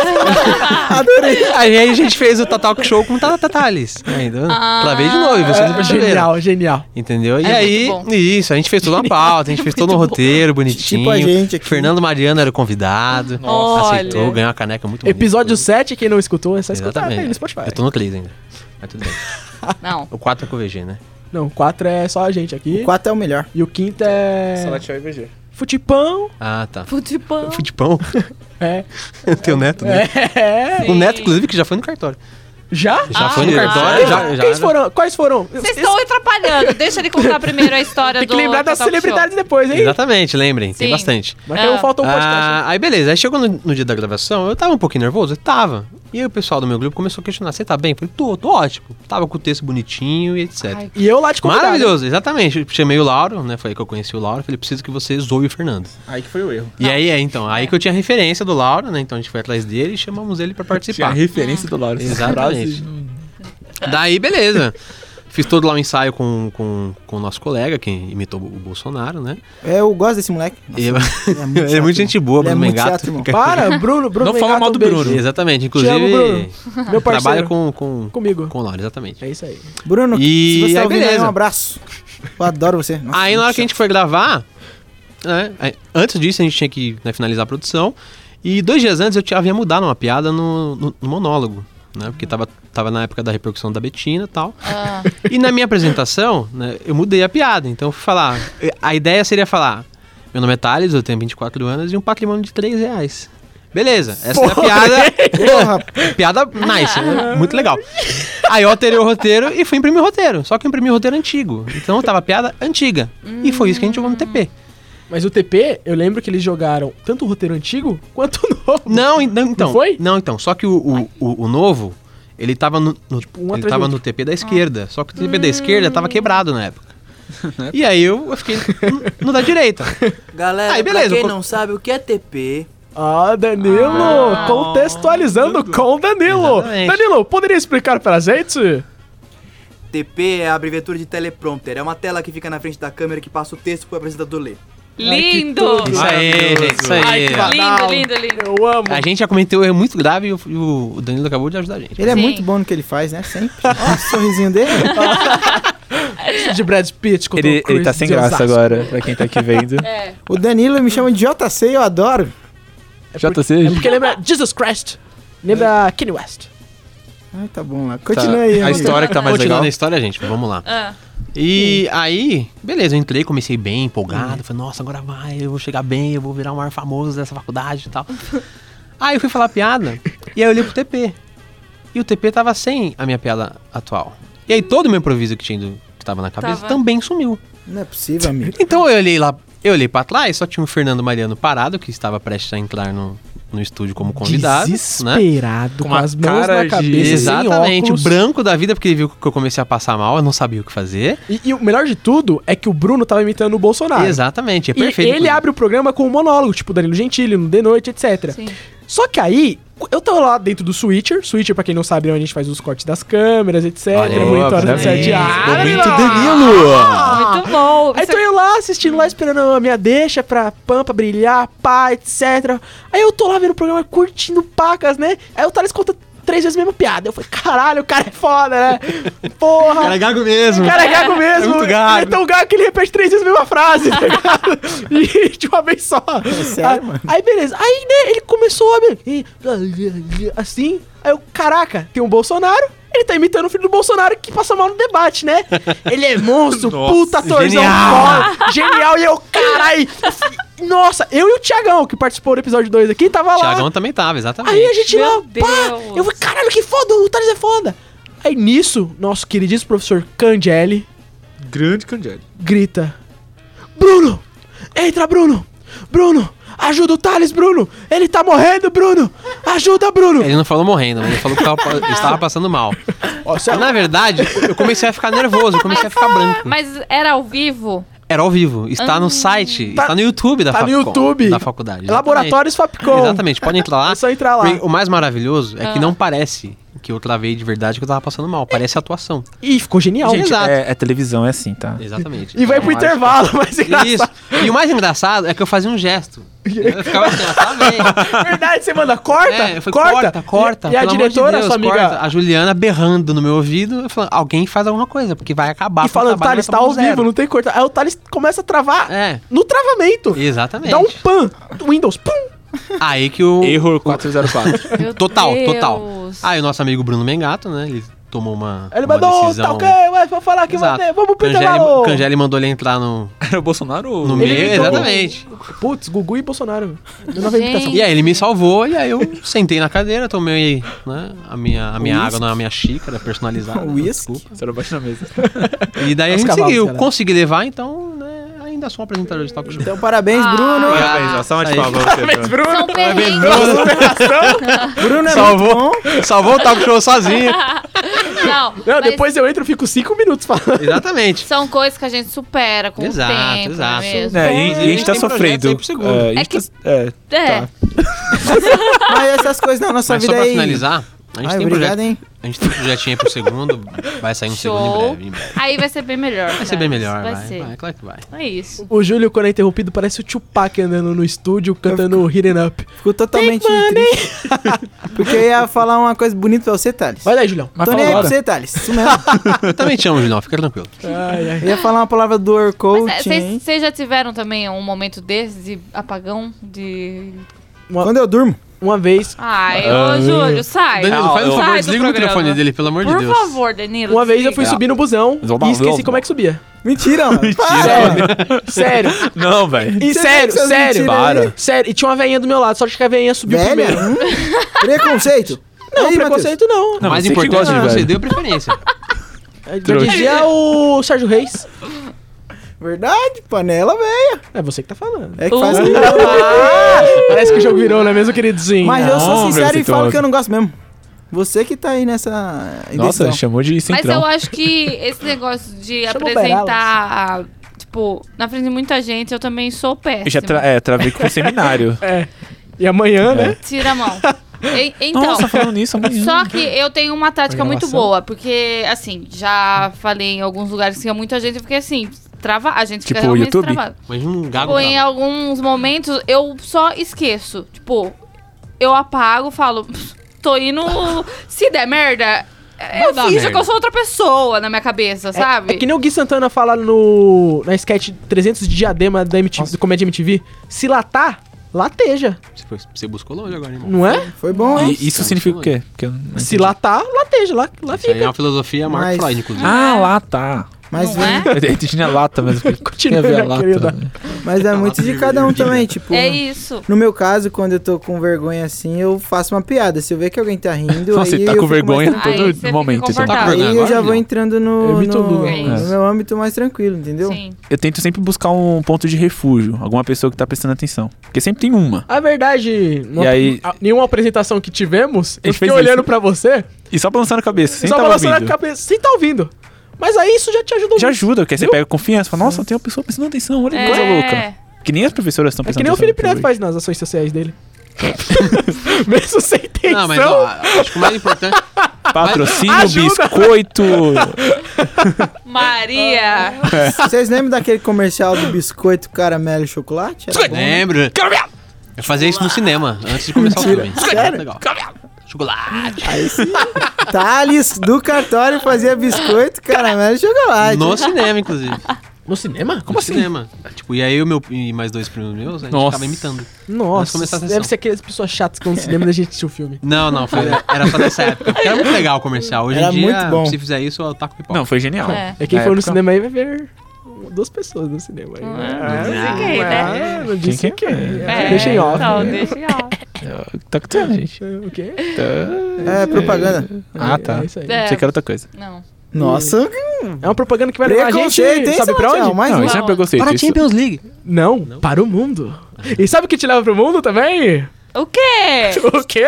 Speaker 6: Adorei.
Speaker 5: Aí a gente fez o Tatal Show com o Tata Thales. Ainda.
Speaker 8: Ah.
Speaker 5: Clavei de novo, e vocês não perceberam.
Speaker 1: É, Genial, genial.
Speaker 5: Entendeu? E
Speaker 8: É
Speaker 5: aí,
Speaker 8: muito
Speaker 5: isso, a gente fez toda uma pauta, a gente fez todo um roteiro bonitinho.
Speaker 6: Tipo a gente aqui.
Speaker 5: Fernando Mariano era o convidado.
Speaker 8: Nossa.
Speaker 5: Aceitou,
Speaker 8: Olha.
Speaker 5: ganhou uma caneca muito bonita.
Speaker 1: Episódio 7, quem não escutou, é só escutar
Speaker 5: Exatamente.
Speaker 1: aí no Spotify.
Speaker 5: Eu tô no 3 ainda. Mas tudo bem.
Speaker 8: Não.
Speaker 5: O 4 é com o VG, né?
Speaker 1: Não, 4 é só a gente aqui.
Speaker 6: O 4 é o melhor.
Speaker 1: E o quinto é.
Speaker 7: e VG.
Speaker 1: Futipão.
Speaker 5: Ah, tá.
Speaker 8: Futebol.
Speaker 5: Futipão.
Speaker 1: É.
Speaker 5: Teu neto, né?
Speaker 1: É.
Speaker 5: O neto, inclusive, que já foi no cartório.
Speaker 1: Já?
Speaker 5: Já
Speaker 8: Ah,
Speaker 5: foi no
Speaker 8: já.
Speaker 5: cartório, já.
Speaker 1: Quem
Speaker 5: já,
Speaker 1: quais foram? Quais foram?
Speaker 8: Vocês estão atrapalhando. Deixa ele contar primeiro a história
Speaker 1: Tem que
Speaker 8: do
Speaker 1: lembrar das
Speaker 8: Total Show.
Speaker 1: celebridades depois, hein?
Speaker 5: Exatamente, lembrem, tem
Speaker 8: Sim.
Speaker 5: bastante.
Speaker 1: Mas que não
Speaker 8: Ah.
Speaker 1: faltou um podcast.
Speaker 5: Ah, aí beleza, aí chegou no, no dia da gravação, eu tava um pouquinho nervoso, eu tava. E aí o pessoal do meu grupo começou a questionar, você tá bem? Eu falei, tô, tô ótimo. Tava com o texto bonitinho e etc.
Speaker 8: Ai,
Speaker 1: E eu lá te convidado.
Speaker 5: Maravilhoso, exatamente. Eu Chamei o Lauro, né? Foi aí que eu conheci o Lauro. Falei, preciso que você zoe o Fernando.
Speaker 7: Aí que foi o erro.
Speaker 5: E aí, é, então. Aí que eu tinha referência do Lauro, né? Então a gente foi atrás dele e chamamos ele pra
Speaker 7: Tinha
Speaker 5: participar.
Speaker 7: É referência do Lauro. Essas
Speaker 5: Exatamente.
Speaker 7: frases-
Speaker 5: Daí, beleza. Fiz todo lá o ensaio com, com, com o nosso colega, que imitou o Bolsonaro, né?
Speaker 6: É, Eu gosto desse moleque.
Speaker 5: E-
Speaker 6: Ele é
Speaker 5: Ele é muito
Speaker 6: chato,
Speaker 5: gente boa,
Speaker 6: Ele é
Speaker 5: Bruno
Speaker 6: muito
Speaker 5: Mengato.
Speaker 6: chato, irmão.
Speaker 1: Para, Bruno, Bruno.
Speaker 7: Não fala
Speaker 1: Mengato,
Speaker 7: mal do
Speaker 1: um beijo.
Speaker 7: Bruno.
Speaker 5: Exatamente.
Speaker 1: amo,
Speaker 5: Inclusive,
Speaker 1: Meu parceiro.
Speaker 5: trabalha com, com,
Speaker 1: Comigo.
Speaker 5: com o Lauro, exatamente.
Speaker 1: É isso aí.
Speaker 6: Bruno,
Speaker 5: E
Speaker 6: se você tá
Speaker 5: aí,
Speaker 6: ouvindo aí,
Speaker 5: beleza.
Speaker 6: um abraço. Eu adoro você. Nossa,
Speaker 5: Aí na hora que a
Speaker 6: muito
Speaker 5: gente foi gravar, né, aí, antes disso a gente tinha que né, finalizar a produção. E dois dias antes eu tinha, havia mudado uma piada no, no- no monólogo, né? Porque tava, tava na época da repercussão da Betina e tal.
Speaker 8: ah,
Speaker 5: E na minha apresentação, né, eu mudei a piada. Então eu fui falar. A ideia seria falar: Meu nome é Thales, eu tenho 24 anos e um patrimônio de 3 reais. Beleza, essa é a piada.
Speaker 6: chato. Porra,
Speaker 5: Piada nice, né? muito legal. Aí eu alterei o roteiro e fui imprimir o roteiro. Só que eu imprimi o roteiro antigo. Então tava piada antiga. E foi isso que a gente jogou no TP.
Speaker 1: Mas o TP, eu lembro que eles jogaram tanto o roteiro antigo quanto o novo.
Speaker 5: Não, en- não, então.
Speaker 1: Não foi?
Speaker 5: Não, então. Só que o, o, o- o novo, ele tava no, no-
Speaker 1: um
Speaker 5: ele
Speaker 1: atrás
Speaker 5: tava
Speaker 1: do
Speaker 5: no TP da esquerda. Só que o TP da esquerda tava quebrado na época.
Speaker 1: Né?
Speaker 5: E aí eu, eu fiquei no, no da direita.
Speaker 10: Galera,
Speaker 5: Aí, beleza,
Speaker 10: pra quem
Speaker 5: co-
Speaker 10: não sabe o que é TP,
Speaker 1: Ah, Danilo! Ah. contextualizando com Danilo!
Speaker 5: Exatamente.
Speaker 1: Danilo, poderia explicar pra gente?
Speaker 10: TP é a abreviatura de teleprompter. É uma tela que fica na frente da câmera que passa o texto pro apresentador ler.
Speaker 8: lindo.
Speaker 5: Isso aí, gente. Isso aí.
Speaker 1: Ai, que ba-
Speaker 8: lindo, lindo, lindo.
Speaker 1: Eu amo!
Speaker 5: a gente já cometeu um erro muito grave e o, e o Danilo acabou de ajudar a gente.
Speaker 6: ele é
Speaker 8: Sim.
Speaker 6: muito bom no que ele faz, né? Sempre. Olha o sorrisinho dele.
Speaker 1: de Brad Pitt com
Speaker 7: Ele, ele tá sem graça agora, pra quem tá aqui vendo.
Speaker 8: É.
Speaker 6: O Danilo me chama de JC, eu adoro.
Speaker 7: JC.
Speaker 1: É porque lembra Jesus Christ, lembra Kanye West.
Speaker 6: Ai, tá bom lá.
Speaker 7: tá-
Speaker 6: Continua aí.
Speaker 7: A
Speaker 6: amigo.
Speaker 7: história que tá mais
Speaker 5: Continuando
Speaker 7: legal.
Speaker 5: a história, gente, vamos lá.
Speaker 8: Ah,
Speaker 5: E aí, beleza, eu entrei, comecei bem empolgado. Falei, nossa, agora vai, eu vou chegar bem, eu vou virar o maior famoso dessa faculdade e tal. aí eu fui falar a piada, e aí eu olhei pro TP. E o TP tava sem a minha piada atual. E aí todo o meu improviso que tinha ido, que tava na cabeça
Speaker 8: Tava.
Speaker 5: também sumiu.
Speaker 6: Não é possível, amigo.
Speaker 5: Então eu olhei lá, eu olhei pra trás, só tinha o Fernando Mariano parado, que estava prestes a entrar no, no estúdio como convidado. né?
Speaker 1: Desesperado, com,
Speaker 7: uma
Speaker 1: as mãos
Speaker 7: cara
Speaker 1: na
Speaker 7: de-
Speaker 1: cabeça,
Speaker 5: Exatamente,
Speaker 1: sem
Speaker 5: o
Speaker 1: óculos.
Speaker 5: branco da vida, porque ele viu que eu comecei a passar mal, eu não sabia o que fazer.
Speaker 1: E, e o melhor de tudo é que o Bruno tava imitando o Bolsonaro.
Speaker 5: Exatamente, é
Speaker 1: Ah, E
Speaker 5: perfeito.
Speaker 1: ele
Speaker 5: inclusive.
Speaker 1: abre o programa com um monólogo, tipo Danilo Gentili, no The Noite, etc.
Speaker 8: sim.
Speaker 1: Só que aí, eu tô lá dentro do Switcher. Switcher, pra quem não sabe, é onde a gente faz os cortes das câmeras, etc.
Speaker 5: Olha aí,
Speaker 1: Monitora
Speaker 5: obviamente.
Speaker 1: de sede área.
Speaker 7: Momento Danilo!
Speaker 8: Muito muito bom.
Speaker 1: Aí
Speaker 8: Você-
Speaker 1: tô eu lá assistindo, lá esperando a minha deixa pra pampa brilhar, pá, etc. Aí eu tô lá vendo o programa curtindo pacas, né? Aí o Thales conta três vezes a mesma piada. Eu falei, caralho, o cara é foda, né? Porra!
Speaker 5: Cara, é gago mesmo.
Speaker 1: O cara é gago mesmo.
Speaker 5: muito
Speaker 1: Ele
Speaker 5: gago.
Speaker 1: é tão gago que ele repete três vezes a mesma frase, tá ligado? E de uma vez só.
Speaker 5: É
Speaker 6: sério,
Speaker 1: aí,
Speaker 6: mano?
Speaker 1: aí, beleza. Aí, né, ele começou a... me- Assim. Aí eu, caraca, tem um Bolsonaro. Ele tá imitando o filho do Bolsonaro que passa mal no debate, né? Ele é monstro,
Speaker 5: Nossa,
Speaker 1: puta, atorzão
Speaker 5: genial.
Speaker 1: foda, genial. E eu, carai... Nossa, eu e o Tiagão, que participou do episódio 2 aqui, tava lá.
Speaker 5: Tiagão também tava, exatamente.
Speaker 1: Aí a gente
Speaker 8: Meu
Speaker 1: lá, pá!
Speaker 8: Deus.
Speaker 1: Eu falei, caralho, que foda, o Thales é foda. Aí nisso, nosso queridíssimo professor Cangelli
Speaker 7: Grande Candiani.
Speaker 1: grita: Bruno! Entra, Bruno! Bruno! Ajuda o Thales, Bruno! Ele tá morrendo, Bruno! Ajuda, Bruno!
Speaker 5: Ele não falou morrendo, mas ele falou que tava, pa- estava passando mal.
Speaker 1: é
Speaker 5: tá
Speaker 1: tá
Speaker 5: Na
Speaker 1: um-
Speaker 5: verdade, eu comecei a ficar nervoso, eu comecei a ficar branco.
Speaker 8: Mas era ao vivo?
Speaker 5: Era ao vivo. Está no site, está no YouTube da
Speaker 1: tá no
Speaker 5: Fapcom,
Speaker 1: YouTube.
Speaker 5: Da faculdade.
Speaker 1: Laboratórios Fapcom.
Speaker 5: Exatamente, pode entrar lá.
Speaker 1: É só entrar lá.
Speaker 5: Porque O mais maravilhoso é que não parece que eu travei de verdade que eu tava passando mal. Parece atuação.
Speaker 1: E ficou genial.
Speaker 7: Gente,
Speaker 5: Exato.
Speaker 7: é, é televisão, é assim, tá?
Speaker 5: Exatamente.
Speaker 1: E vai pro intervalo, mas
Speaker 5: é
Speaker 1: é
Speaker 5: Isso.
Speaker 1: engraçado.
Speaker 5: E o mais engraçado é que eu fazia um gesto. Eu ficava assim, ó, tá bem.
Speaker 1: Verdade, você manda, corta,
Speaker 5: É, eu falei,
Speaker 1: corta,
Speaker 5: corta, corta.
Speaker 1: E, e a
Speaker 5: pelo amor de
Speaker 1: diretora,
Speaker 5: Deus,
Speaker 1: sua amiga,
Speaker 5: corta. A Juliana berrando no meu ouvido, eu falando, alguém faz alguma coisa, porque vai acabar.
Speaker 1: e
Speaker 5: com o
Speaker 1: falando,
Speaker 5: trabalho,
Speaker 1: Thales,
Speaker 5: nós
Speaker 1: tá ao
Speaker 5: tomamos
Speaker 1: vivo,
Speaker 5: zero."
Speaker 1: não tem corta. Aí o Thales começa a travar
Speaker 5: É.
Speaker 1: no travamento.
Speaker 5: Exatamente.
Speaker 1: Dá um pan, Windows, pum.
Speaker 5: Aí que o.
Speaker 7: Erro 404.
Speaker 8: Meu
Speaker 5: Total,
Speaker 8: Deus.
Speaker 5: total.
Speaker 1: Ah,
Speaker 5: Aí o nosso amigo Bruno Mengato, né? Ele tomou uma.
Speaker 1: Aí Ele
Speaker 5: uma
Speaker 1: mandou, tá
Speaker 5: decisão.
Speaker 1: ok, ué, vou falar que
Speaker 5: Exato.
Speaker 1: mandei, vamos pro
Speaker 5: Cangeli-
Speaker 1: intervalo.
Speaker 5: Cangeli mandou ele entrar no,
Speaker 7: Era É o Bolsonaro? ou-
Speaker 5: no
Speaker 1: Ele
Speaker 5: meio,
Speaker 1: gritou.
Speaker 5: exatamente.
Speaker 1: Putz, Gugu e Bolsonaro. Eu não
Speaker 8: Gente.
Speaker 1: imitação.
Speaker 5: E aí ele me salvou, e aí eu sentei na cadeira, tomei né, a minha, a minha água na minha xícara é personalizada. né,
Speaker 6: Whisky?
Speaker 5: desculpa.
Speaker 7: Você não bate na mesa.
Speaker 5: E daí a
Speaker 1: Os
Speaker 5: gente
Speaker 1: cavalos,
Speaker 5: seguiu.
Speaker 1: cara.
Speaker 5: Consegui levar, então né, ainda sou um apresentador de talk show.
Speaker 6: Então, parabéns,
Speaker 8: Ah.
Speaker 6: Bruno.
Speaker 7: Parabéns, ó, salva de palmas pra você, Bruno.
Speaker 8: São perrengues.
Speaker 6: Bruno é muito bom.
Speaker 5: salvou, salvou o talk show sozinho.
Speaker 8: Não,
Speaker 1: Não,
Speaker 8: mas
Speaker 1: depois eu entro e fico cinco minutos falando.
Speaker 5: Exatamente.
Speaker 8: são coisas que a gente supera com
Speaker 5: Exato,
Speaker 8: o tempo. não é
Speaker 5: exato.
Speaker 8: mesmo?
Speaker 7: É, e, e a gente tá
Speaker 5: Tem projetos aí
Speaker 7: sofrendo.
Speaker 5: por segundo.
Speaker 7: É, a gente
Speaker 8: É que-
Speaker 7: tá- é,
Speaker 8: É.
Speaker 7: Tá.
Speaker 6: Mas essas coisas na nossa
Speaker 5: Mas só
Speaker 6: vida
Speaker 5: pra
Speaker 6: aí.
Speaker 5: finalizar, a gente,
Speaker 6: Ai,
Speaker 5: tem um
Speaker 6: obrigado,
Speaker 5: projeto,
Speaker 6: hein?
Speaker 5: a gente tem um projetinho aí pro segundo, vai sair um
Speaker 8: Show.
Speaker 5: segundo em breve, em breve.
Speaker 8: Aí vai ser bem melhor. né?
Speaker 5: Vai ser bem melhor, vai.
Speaker 8: Vai
Speaker 5: Vai,
Speaker 8: ser.
Speaker 5: claro que vai.
Speaker 8: É isso.
Speaker 1: O Júlio, quando é interrompido, parece o Tupac andando no estúdio cantando Hidden Up.
Speaker 6: Fico totalmente triste. Porque eu ia falar uma coisa bonita pra você, Thales.
Speaker 1: Vai daí, Julião.
Speaker 7: Mas
Speaker 6: Tô
Speaker 7: fala
Speaker 6: nem aí pra
Speaker 7: agora.
Speaker 6: você, Thales. Isso mesmo.
Speaker 5: Eu também te amo, Julião, fica tranquilo.
Speaker 1: Ai, ai.
Speaker 6: Eu ia falar uma palavra do Orcoaching.
Speaker 8: Mas, é,
Speaker 6: hein?
Speaker 8: Vocês vocês já tiveram também um momento desse de apagão? De.
Speaker 6: Quando eu durmo.
Speaker 1: Uma vez,
Speaker 8: Ai, ô, Júlio, sai.
Speaker 5: Ah, Danilo, faz um
Speaker 8: Sai
Speaker 5: favor,
Speaker 8: do
Speaker 5: desliga o
Speaker 8: programa.
Speaker 5: telefone dele, pelo amor de
Speaker 8: Por
Speaker 5: Deus. Ah,
Speaker 8: favor, Danilo.
Speaker 1: uma vez eu fui
Speaker 8: desliga.
Speaker 1: subir no busão
Speaker 7: Zoba,
Speaker 1: e esqueci
Speaker 7: zoba.
Speaker 1: como é que subia.
Speaker 6: Mentira, mano.
Speaker 1: Sério, sério.
Speaker 7: Não, velho.
Speaker 1: E
Speaker 6: Você
Speaker 1: sério,
Speaker 6: viu essas
Speaker 1: sério.
Speaker 6: mentiras aí?
Speaker 1: Para. Sério, e tinha uma veinha do meu lado, só que a veinha subiu
Speaker 6: Velha?
Speaker 1: primeiro.
Speaker 6: Hum? Preconceito?
Speaker 1: Não,
Speaker 6: Aí,
Speaker 1: preconceito não.
Speaker 5: O mais
Speaker 7: você que
Speaker 5: importante
Speaker 7: gosta
Speaker 5: é
Speaker 7: de
Speaker 5: que você
Speaker 7: velho.
Speaker 5: deu preferência.
Speaker 1: Já dizia o Sérgio Reis.
Speaker 6: Matheus. Verdade, panela velha.
Speaker 1: É você que tá falando.
Speaker 6: É que faz.
Speaker 1: Parece que o jogo virou, não é mesmo, queridinho?
Speaker 6: Mas eu sou
Speaker 7: Não,
Speaker 6: sincero
Speaker 7: velho,
Speaker 6: e
Speaker 7: você
Speaker 6: falo
Speaker 7: tá-
Speaker 6: que eu não gosto mesmo. Você que tá aí nessa.
Speaker 7: Nossa,
Speaker 6: indecisão.
Speaker 7: chamou de
Speaker 8: Mas
Speaker 7: centrão.
Speaker 8: eu acho que esse negócio de
Speaker 1: Chama o
Speaker 8: apresentar, tipo, na frente de muita gente, eu também sou péssima.
Speaker 7: Eu já tra é, travei que foi seminário.
Speaker 1: E amanhã, né?
Speaker 8: Tira a mão. E- então,
Speaker 7: Nossa, falando nisso, amanhã.
Speaker 8: só que eu tenho uma tática muito
Speaker 7: Gravação.
Speaker 8: boa, porque, assim, já falei em alguns lugares que tinha muita gente, eu fiquei assim, trava, a gente fica
Speaker 7: Tipo o
Speaker 8: realmente
Speaker 7: YouTube?
Speaker 8: travado.
Speaker 5: Mas um gago
Speaker 8: Tipo, em
Speaker 5: bravo.
Speaker 8: alguns momentos, eu só esqueço. Tipo, eu apago, falo, tô indo. Se der merda, eu
Speaker 5: dar
Speaker 8: finjo que
Speaker 5: merda.
Speaker 8: eu sou outra pessoa na minha cabeça,
Speaker 1: É-
Speaker 8: sabe?
Speaker 1: É, que nem o Gui Santana fala no, na sketch 300 de diadema da MTV, do Comédia MTV. Se latar, lateja,
Speaker 5: Você, foi- você buscou longe agora, irmão.
Speaker 1: não é?
Speaker 6: Foi bom, hein?
Speaker 7: E isso significa o quê? Porque eu não
Speaker 1: Se
Speaker 7: entendi.
Speaker 1: latar, lateja, lá, lá
Speaker 5: Isso aí é
Speaker 1: fica.
Speaker 5: uma filosofia Mark
Speaker 6: Mas-
Speaker 5: Freud, inclusive.
Speaker 7: Ah, lá tá.
Speaker 6: Mas,
Speaker 8: Não é?
Speaker 6: vem,
Speaker 7: Eu entendi a lata, mas
Speaker 1: Continua,
Speaker 7: continua a ver a
Speaker 1: meu querido.
Speaker 7: lata. né?
Speaker 6: mas é muito de cada um também, tipo.
Speaker 8: É isso.
Speaker 6: No meu caso, quando eu tô com vergonha assim, eu faço uma piada. Se eu ver que alguém tá rindo,
Speaker 7: Nossa,
Speaker 6: aí
Speaker 7: ele tá com
Speaker 6: eu fico mais
Speaker 7: vergonha
Speaker 8: tranquilo. Aí você
Speaker 7: todo
Speaker 8: fica
Speaker 7: momento. então.
Speaker 8: confortável.
Speaker 5: Tá com
Speaker 6: Aí
Speaker 5: vergonha
Speaker 6: eu já
Speaker 5: agora,
Speaker 6: vou
Speaker 5: Leon?
Speaker 6: entrando no,
Speaker 1: Evita o
Speaker 6: no,
Speaker 1: Google.
Speaker 8: É isso.
Speaker 6: no meu âmbito mais tranquilo, entendeu?
Speaker 8: Sim.
Speaker 7: Eu tento sempre buscar um ponto de refúgio, alguma pessoa que tá prestando atenção. Porque sempre tem uma.
Speaker 1: A verdade, numa-
Speaker 7: aí-
Speaker 1: a- nenhuma apresentação que tivemos, eu
Speaker 7: Ele
Speaker 1: fiquei
Speaker 7: fez isso.
Speaker 1: olhando pra você,
Speaker 7: E só balançando a cabeça, sem
Speaker 1: só
Speaker 7: tá
Speaker 1: balançando
Speaker 7: ouvindo.
Speaker 1: a cabeça, sem tá ouvindo. Mas aí isso já te ajudou
Speaker 7: Já
Speaker 1: muito.
Speaker 7: ajuda, porque aí você pega confiança, fala, nossa, tem uma pessoa prestando atenção, olha que coisa
Speaker 8: É.
Speaker 7: louca. Que nem as professoras estão
Speaker 1: É
Speaker 7: prestando
Speaker 1: que nem o
Speaker 7: atenção.
Speaker 1: Felipe Neto
Speaker 7: no que eu
Speaker 1: faz nas ações sociais dele. Mesmo sem intenção.
Speaker 5: Não, mas ó, acho que o mais importante.
Speaker 7: vejo. Patrocínio,
Speaker 1: Ajuda.
Speaker 7: biscoito.
Speaker 8: Maria!
Speaker 6: Vocês lembram daquele comercial do biscoito, caramelo e chocolate? Era bom, né?
Speaker 5: Lembro. Eu fazia É isso no cinema, antes de começar o
Speaker 6: Mentira.
Speaker 5: filme.
Speaker 6: Sério?
Speaker 5: Legal. Chocolate.
Speaker 6: Aí sim. Thales do cartório fazia biscoito, caramelo e chocolate.
Speaker 5: No cinema, inclusive.
Speaker 7: Ah,
Speaker 3: No cinema?
Speaker 5: Como no cinema. Tipo, e aí eu meu, e mais dois primos meus, a gente
Speaker 7: assim? Nossa.
Speaker 5: ficava imitando.
Speaker 1: Nossa,
Speaker 5: começar a sessão.
Speaker 1: deve ser aquelas pessoas chatas que vão no cinema e a gente assistiu o filme.
Speaker 5: Não, não, foi, era só dessa época. Porque era muito legal o comercial. Hoje
Speaker 6: Era
Speaker 5: em dia,
Speaker 6: muito bom.
Speaker 5: se fizer isso, eu taco pipoca.
Speaker 7: Não, foi genial.
Speaker 8: É.
Speaker 1: É quem
Speaker 7: Na
Speaker 1: for no
Speaker 7: época-
Speaker 1: cinema aí vai ver duas pessoas no cinema aí.
Speaker 5: Hum,
Speaker 8: Ah,
Speaker 7: é.
Speaker 8: não sei quem, né?
Speaker 1: Ah, não
Speaker 7: Quem
Speaker 1: disse
Speaker 7: que é? quem?
Speaker 1: É, deixa em off.
Speaker 8: Não, deixa em off.
Speaker 7: Tá acontecendo, gente.
Speaker 1: O quê?
Speaker 7: Tá-
Speaker 6: É, propaganda.
Speaker 7: Ah, tá.
Speaker 1: É, isso aí.
Speaker 8: É.
Speaker 7: Você quer outra coisa.
Speaker 8: Não.
Speaker 6: Nossa,
Speaker 1: É uma propaganda que vai levar a gente,
Speaker 6: preconceito, hein,
Speaker 1: sabe pra
Speaker 6: Sebastião?
Speaker 1: onde?
Speaker 6: Mais
Speaker 7: não,
Speaker 6: um.
Speaker 7: isso não é preconceito.
Speaker 5: Para a
Speaker 7: isso-
Speaker 5: Champions League.
Speaker 1: Não, para o mundo. E sabe o que te leva pro mundo também?
Speaker 8: O quê?
Speaker 1: O quê?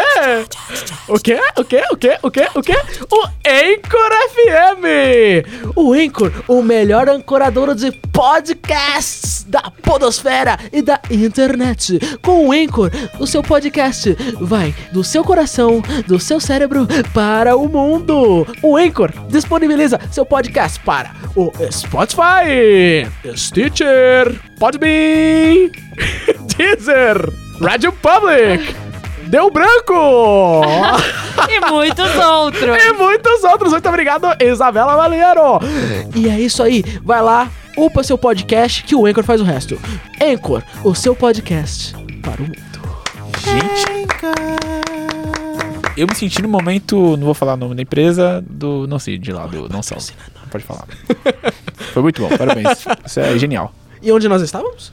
Speaker 1: O quê? O quê? O quê? O quê? O quê? O Anchor FM! O Anchor, o melhor ancorador de podcasts da podosfera e da internet. Com o Anchor, o seu podcast vai do seu coração, do seu cérebro para o mundo. O Anchor disponibiliza seu podcast para o Spotify, Stitcher, Podbean, Deezer, Radio Public. Deu branco!
Speaker 8: E muitos outros.
Speaker 1: e muitos outros. Muito obrigado, Isabela Malheiro. E é isso aí. Vai lá, upa seu podcast que o Anchor faz o resto. Anchor, o seu podcast para o mundo.
Speaker 7: Gente. Eu me senti no momento, não vou falar o nome da empresa, do. Não sei, de lá, do. Não são. Pode falar. Foi muito bom, parabéns. Isso é genial.
Speaker 1: E onde nós estávamos?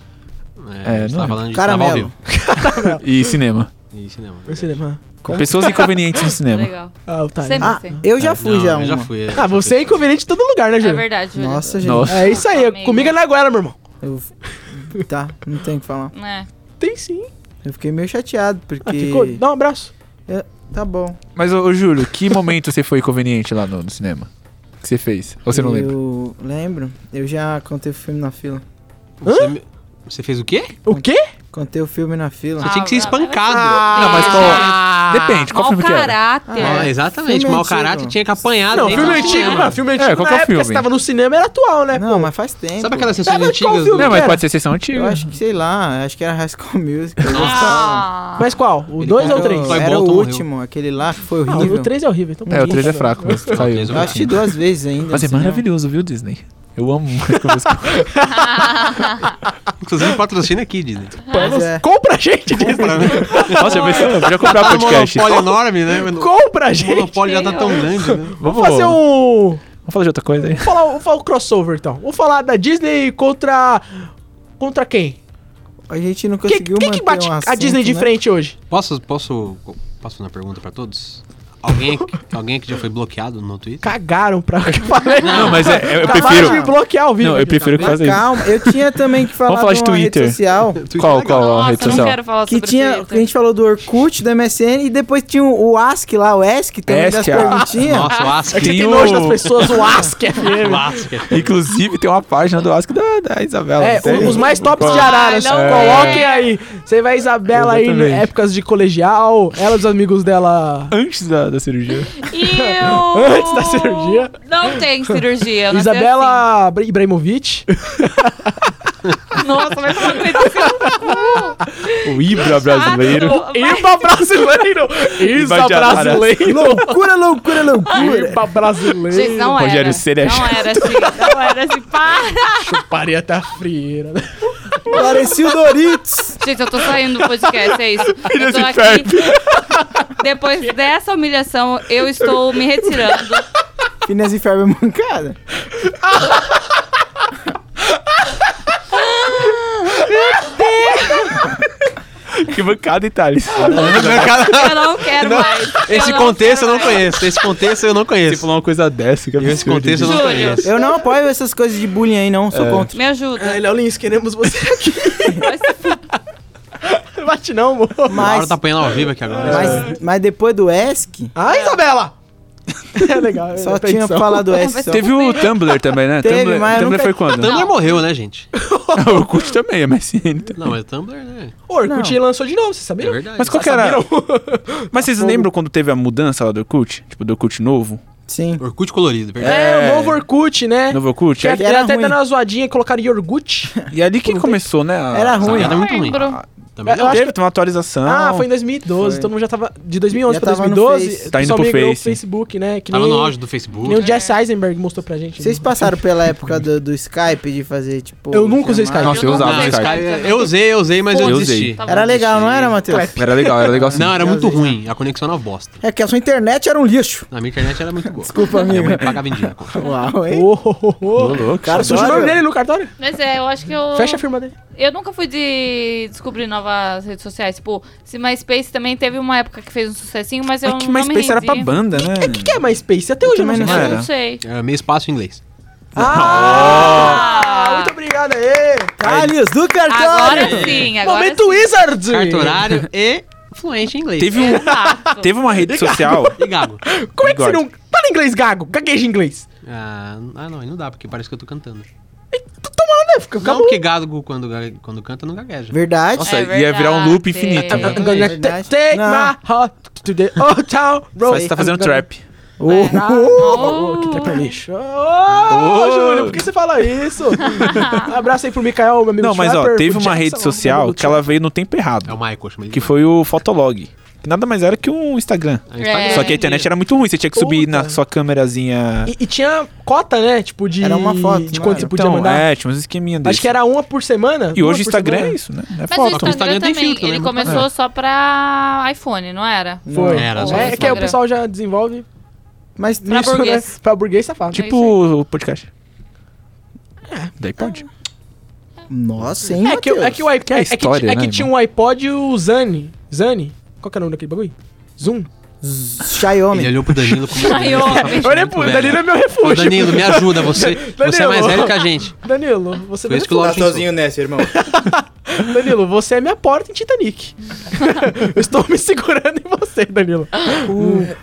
Speaker 5: É, a gente
Speaker 7: não
Speaker 5: tava
Speaker 7: é.
Speaker 5: falando de
Speaker 6: Caramelo.
Speaker 5: carnaval vivo.
Speaker 7: E cinema.
Speaker 5: E cinema.
Speaker 1: No cinema.
Speaker 7: Pessoas inconvenientes no cinema.
Speaker 8: Legal. É
Speaker 1: Ah, o Thales.
Speaker 8: Sempre
Speaker 6: Ah,
Speaker 8: sim.
Speaker 6: eu já fui
Speaker 5: Não,
Speaker 6: já
Speaker 5: eu
Speaker 6: uma.
Speaker 5: já fui.
Speaker 1: Ah, você é inconveniente em todo lugar, né,
Speaker 8: É
Speaker 1: Júlio?
Speaker 8: verdade, Júlio.
Speaker 6: Nossa, gente.
Speaker 7: Nossa.
Speaker 1: É isso aí.
Speaker 8: Amigo.
Speaker 1: Comigo é na goela, meu irmão.
Speaker 6: Eu... Tá, não tem o que falar.
Speaker 8: É.
Speaker 1: Tem sim.
Speaker 6: Eu fiquei meio chateado, porque...
Speaker 1: Ah, ficou? Dá um abraço.
Speaker 6: Tá bom.
Speaker 7: Mas, ô, ô, Júlio, que momento você foi inconveniente lá no, no cinema? Que você fez? Ou você não lembra?
Speaker 6: Eu lembro. Eu já contei o filme na fila.
Speaker 5: Você, me- você fez o quê?
Speaker 1: O quê?
Speaker 6: Contei o filme na fila.
Speaker 5: Você tinha que ser
Speaker 8: Ah,
Speaker 5: espancado.
Speaker 7: Não, mas qual- Depende, qual
Speaker 8: Mau
Speaker 7: filme que era?
Speaker 8: caráter.
Speaker 5: Ah, exatamente.
Speaker 6: Filme
Speaker 5: Mau
Speaker 6: antigo.
Speaker 5: caráter tinha que apanhar
Speaker 1: Não,
Speaker 5: dentro
Speaker 1: filme
Speaker 5: do
Speaker 1: antigo.
Speaker 5: cinema.
Speaker 1: Não, filme antigo.
Speaker 7: É, qual
Speaker 1: na
Speaker 7: que é o
Speaker 1: época
Speaker 7: filme?
Speaker 1: Você tava no cinema, era atual, né?
Speaker 6: Não, mas faz tempo.
Speaker 5: Sabe aquelas
Speaker 1: Sabe
Speaker 5: sessões
Speaker 1: qual
Speaker 5: antigas?
Speaker 1: filme?
Speaker 5: do-
Speaker 7: Não, mas
Speaker 1: Era.
Speaker 7: pode ser sessão antiga.
Speaker 6: Eu acho que, sei lá, acho que era High School Music. eu gostava.
Speaker 8: Ah.
Speaker 1: Mas qual? O 2 ou o 3?
Speaker 5: Toy
Speaker 6: Era o
Speaker 5: Bolton morreu.
Speaker 6: último, aquele lá que foi
Speaker 1: Ah,
Speaker 6: horrível.
Speaker 1: o 3 é horrível. então
Speaker 7: É, o
Speaker 1: pode
Speaker 7: 3 é
Speaker 1: deixar.
Speaker 7: fraco, mas caiu.
Speaker 5: três é
Speaker 6: Eu assisti duas vezes ainda. assim, né?
Speaker 7: Mas é
Speaker 6: no cinema.
Speaker 7: maravilhoso, viu, Disney? Eu amo.
Speaker 5: Inclusive patrocina aqui, Disney.
Speaker 6: Mas é.
Speaker 1: Compra a gente, Disney.
Speaker 7: Nossa, eu pensei, eu podia comprar
Speaker 5: Tá um
Speaker 7: podcast.
Speaker 5: monopólio enorme, né? Mas O
Speaker 1: Compra a gente.
Speaker 5: monopólio já tá tão grande, né?
Speaker 7: Vamos
Speaker 1: Vamos fazer um...
Speaker 7: Vamos falar de outra coisa aí.
Speaker 1: Vamos falar, vamos falar o crossover, então. Vamos falar da Disney contra... Contra quem?
Speaker 6: A gente não
Speaker 1: Quem
Speaker 6: conseguiu
Speaker 1: quem que
Speaker 6: manter
Speaker 1: bate
Speaker 6: um
Speaker 1: a
Speaker 6: assunto,
Speaker 1: Disney de
Speaker 6: né?
Speaker 1: frente hoje?
Speaker 5: Posso, posso, posso fazer uma pergunta pra todos? Alguém, alguém que já foi bloqueado no Twitter?
Speaker 1: Cagaram pra o que eu falei.
Speaker 7: Não, mas é- é- eu
Speaker 1: Acabaram
Speaker 7: prefiro.
Speaker 1: de me bloquear É o vídeo.
Speaker 7: Não, eu prefiro que
Speaker 6: Mas
Speaker 7: faça isso.
Speaker 6: calma, eu tinha também que falar,
Speaker 7: Vamos falar
Speaker 6: de
Speaker 7: de
Speaker 6: uma
Speaker 7: Twitter.
Speaker 6: rede social
Speaker 7: Qual, qual a
Speaker 8: Nossa,
Speaker 7: rede
Speaker 8: eu
Speaker 7: social?
Speaker 8: não quero falar
Speaker 6: que
Speaker 8: sobre
Speaker 6: tinha, que a
Speaker 1: né?
Speaker 8: Twitter.
Speaker 6: gente falou do Orkut, do MSN e depois tinha o ASC lá, o ESC também das
Speaker 7: ESC, ah.
Speaker 6: perguntinhas.
Speaker 5: Nossa, o Ask.
Speaker 1: Você tem
Speaker 7: Tem
Speaker 1: nojo
Speaker 7: o-
Speaker 1: das pessoas, o Ask é FM.
Speaker 5: O Ask.
Speaker 7: Inclusive, tem uma página do Ask da, da Isabela.
Speaker 1: É,
Speaker 7: Sério?
Speaker 1: um- os mais tops de
Speaker 8: Ah,
Speaker 1: Araras.
Speaker 8: não
Speaker 1: Coloquem
Speaker 8: é.
Speaker 1: aí. Você vai a Isabela aí em
Speaker 7: Exatamente.
Speaker 1: épocas de colegial, ela e os amigos dela
Speaker 7: Antes da, da cirurgia.
Speaker 8: Eu...
Speaker 1: Antes da cirurgia.
Speaker 8: Não tem cirurgia. eu nasci
Speaker 1: Isabela Bra- Ibrahimovic.
Speaker 8: assim. Nossa, vai tomar coisa assim.
Speaker 7: O Ibra brasileiro.
Speaker 1: Iba brasileiro! Isa
Speaker 7: Iba de Araras.
Speaker 1: brasileiro!
Speaker 6: Loucura, loucura, loucura.
Speaker 1: Iba brasileiro!
Speaker 8: Gente, não era.
Speaker 7: Rogério Ceni é
Speaker 8: não
Speaker 7: chato.
Speaker 8: era assim. Não era assim. Para.
Speaker 1: Parei até a frieira.
Speaker 6: Parecia o Doritos.
Speaker 8: Gente, eu tô saindo do podcast, é isso. Eu tô
Speaker 7: de
Speaker 8: aqui. Depois dessa humilhação, eu estou me retirando.
Speaker 6: Finas e Ferb é mancada.
Speaker 7: que bancada, hein, Thales?
Speaker 8: Eu não quero mais.
Speaker 5: Esse
Speaker 8: não
Speaker 5: contexto eu
Speaker 8: quero
Speaker 5: não
Speaker 8: mais.
Speaker 5: conheço. Esse contexto eu não
Speaker 7: Você
Speaker 5: conheço.
Speaker 7: falou uma coisa dessa. Que é
Speaker 5: Esse
Speaker 7: absurdo,
Speaker 5: contexto eu não
Speaker 7: gente.
Speaker 8: Júlio.
Speaker 5: conheço.
Speaker 6: Eu não apoio essas coisas de bullying aí, não.
Speaker 1: É.
Speaker 6: Sou contra.
Speaker 8: Me ajuda.
Speaker 1: Leolins, queremos você aqui.
Speaker 8: Vai se fuder.
Speaker 1: Bate não, amor.
Speaker 5: A Laura
Speaker 6: Mas,
Speaker 5: tá apanhando ao vivo aqui agora.
Speaker 6: mas, mas depois do ESC,
Speaker 1: Ah, Isabela! É legal.
Speaker 6: só
Speaker 1: é
Speaker 6: tinha
Speaker 1: petição.
Speaker 6: falado do ESC.
Speaker 8: Mas
Speaker 6: só.
Speaker 7: Teve o Tumblr também, né?
Speaker 6: Teve,
Speaker 7: Tumblr,
Speaker 6: mas eu
Speaker 7: Tumblr
Speaker 6: nunca-
Speaker 7: foi quando? Ah,
Speaker 5: Tumblr morreu, né, gente?
Speaker 7: o Orkut também, MSN.
Speaker 5: Não, mas Tumblr, né?
Speaker 1: O Orkut lançou de novo, vocês
Speaker 5: É
Speaker 1: sabiam?
Speaker 5: verdade.
Speaker 7: Mas qual que era? Mas vocês lembram quando teve a mudança lá do Orkut? Tipo, do Orkut novo?
Speaker 6: Sim.
Speaker 5: Orkut colorido, verdade.
Speaker 1: É, o novo Orkut, né?
Speaker 7: Novo Orkut.
Speaker 1: Que
Speaker 7: É-
Speaker 1: até,
Speaker 6: era
Speaker 1: até
Speaker 6: ruim.
Speaker 1: dando uma zoadinha e colocaram Yorgut.
Speaker 7: E ali que começou, né? a-
Speaker 6: Era
Speaker 5: Essa
Speaker 6: ruim.
Speaker 5: piada é muito ruim.
Speaker 8: Lembro.
Speaker 5: Também
Speaker 1: Eu
Speaker 5: não.
Speaker 1: acho
Speaker 7: Teve uma atualização.
Speaker 1: Ah, foi em 2012,
Speaker 6: Foi.
Speaker 1: todo mundo já tava. De 2011
Speaker 6: Já
Speaker 1: pra
Speaker 6: tava no
Speaker 1: 2012,
Speaker 6: Face.
Speaker 7: Tá indo
Speaker 1: só
Speaker 7: pro
Speaker 1: migrou
Speaker 7: Face.
Speaker 1: pro Facebook, né? Que nem,
Speaker 5: Tava no auge do né?
Speaker 1: que
Speaker 5: Facebook.
Speaker 1: nem o Jesse Eisenberg mostrou pra gente.
Speaker 6: Vocês
Speaker 1: né?
Speaker 6: passaram pela época do, do Skype de fazer, tipo.
Speaker 1: Eu nunca usei
Speaker 6: chamada?
Speaker 1: Skype.
Speaker 7: Nossa, eu usava
Speaker 5: Não,
Speaker 7: o Skype.
Speaker 5: Skype- Eu usei, eu usei, mas eu,
Speaker 7: Eu
Speaker 5: desisti.
Speaker 7: usei.
Speaker 8: Tava
Speaker 6: Era legal, não era, Matheus?
Speaker 7: Era legal, era legal sim.
Speaker 5: Não, era muito
Speaker 6: usei,
Speaker 5: ruim. A conexão era uma bosta.
Speaker 6: É que a sua internet era um lixo.
Speaker 5: Na minha internet era É muito boa.
Speaker 6: Desculpa,
Speaker 5: Minha mãe
Speaker 6: amigo.
Speaker 5: pagava em dia. conta.
Speaker 6: Uau, hein?
Speaker 1: Oh, oh, oh, oh.
Speaker 7: Ô, louco.
Speaker 6: Cara,
Speaker 1: Surgiu o nome
Speaker 6: adoro.
Speaker 1: dele no cartório?
Speaker 8: Mas é, eu acho que eu.
Speaker 1: Fecha a firma dele.
Speaker 8: Eu nunca fui de descobrir novas redes sociais. Tipo, se MySpace também teve uma época que fez um sucessinho, mas eu
Speaker 7: É
Speaker 8: não
Speaker 7: que
Speaker 8: não me
Speaker 7: MySpace era pra
Speaker 8: rendi.
Speaker 7: banda, né?
Speaker 1: O que, que é MySpace? Até hoje eu não sei.
Speaker 6: também é.
Speaker 1: nada.
Speaker 7: não
Speaker 8: Eu
Speaker 7: era.
Speaker 8: não sei.
Speaker 5: Era meio espaço em inglês.
Speaker 1: Ah! Muito obrigado aí!
Speaker 6: Carlos do cartão!
Speaker 8: Agora
Speaker 7: é
Speaker 8: sim, agora
Speaker 1: Momento
Speaker 8: sim.
Speaker 1: Wizards!
Speaker 5: Cartorário e fluente em inglês.
Speaker 7: Teve, um-
Speaker 8: Exato.
Speaker 7: teve uma rede social.
Speaker 5: E gago.
Speaker 1: Como é que você
Speaker 7: Bigode.
Speaker 1: não. Fala inglês, Gago! Gagueja em inglês!
Speaker 5: Ah, ah, não, aí não dá, porque parece que eu tô cantando.
Speaker 1: Toma, né? Fica
Speaker 5: Não,
Speaker 1: acabou.
Speaker 5: porque gago quando, ga- quando canta não gagueja.
Speaker 6: Verdade.
Speaker 7: Nossa,
Speaker 8: É
Speaker 7: ia virar um loop
Speaker 8: verdade.
Speaker 7: infinito.
Speaker 1: I'm I'm gonna ta-
Speaker 6: Verdade.
Speaker 1: take
Speaker 6: Não.
Speaker 1: my heart to the old town road.
Speaker 7: Mas você tá fazendo trap.
Speaker 6: Oh,
Speaker 1: Oh, que trap lixo. Ô, Júlio, por que você fala isso? Abraço aí pro Mikael, meu amigo
Speaker 7: Não, mas ó,
Speaker 1: Trapper,
Speaker 7: teve
Speaker 1: pro
Speaker 7: uma
Speaker 1: Jackson,
Speaker 7: rede social
Speaker 1: amigo
Speaker 7: que ela veio no tempo
Speaker 5: É o
Speaker 7: errado,
Speaker 5: Michael, chama ele.
Speaker 7: que foi o Fotolog. Que nada mais era que um Instagram.
Speaker 5: Ah, Instagram.
Speaker 8: É.
Speaker 7: Só que a internet era muito ruim, você tinha que subir
Speaker 1: Puta. Então,
Speaker 7: na sua câmerazinha.
Speaker 1: E, e tinha cota, né? Tipo, de.
Speaker 6: Era uma foto,
Speaker 1: De
Speaker 6: não
Speaker 1: quanto
Speaker 6: era?
Speaker 1: você podia
Speaker 7: então,
Speaker 1: mandar.
Speaker 7: É, tinha uns esqueminha desse.
Speaker 1: Acho que era uma por semana.
Speaker 7: E
Speaker 1: duas
Speaker 7: hoje o
Speaker 1: por
Speaker 7: Instagram é
Speaker 1: semana.
Speaker 7: isso, né? É
Speaker 8: Mas o
Speaker 7: foto.
Speaker 8: Instagram,
Speaker 5: Instagram tem
Speaker 8: também,
Speaker 5: filtro,
Speaker 8: ele
Speaker 5: né?
Speaker 8: começou só pra iPhone, não era?
Speaker 1: Foi.
Speaker 5: Era, só
Speaker 1: é, é que aí o
Speaker 8: Instagram.
Speaker 1: pessoal já desenvolve
Speaker 6: mas
Speaker 8: Pra
Speaker 6: nisso,
Speaker 8: burguês.
Speaker 6: né?
Speaker 1: pra burguês tá safado.
Speaker 7: Tipo o podcast. É. Daí pode.
Speaker 6: Nossa, hein,
Speaker 1: É que,
Speaker 6: Matheus?
Speaker 1: é que o iPod.
Speaker 7: Que é
Speaker 1: É,
Speaker 7: a
Speaker 1: que,
Speaker 7: história,
Speaker 1: é
Speaker 7: né,
Speaker 1: que
Speaker 7: irmão?
Speaker 1: tinha um iPod e o Zane. Zane? Qual que era o nome daquele bagulho? Zoom.
Speaker 5: Ele é
Speaker 6: Xiaomi.
Speaker 5: olhou pro Danilo como
Speaker 8: Ai, homem.
Speaker 5: Danilo.
Speaker 1: Olha pro Danilo é meu refúgio.
Speaker 5: Danilo, me ajuda, você, você é mais
Speaker 1: Danilo.
Speaker 5: velho que a gente.
Speaker 1: Danilo, você
Speaker 5: Por isso que o
Speaker 10: Tá
Speaker 5: Lopes pensou.
Speaker 10: sozinho nessa, irmão.
Speaker 1: Danilo, você é minha porta em Titanic. Eu estou me segurando em você, Danilo.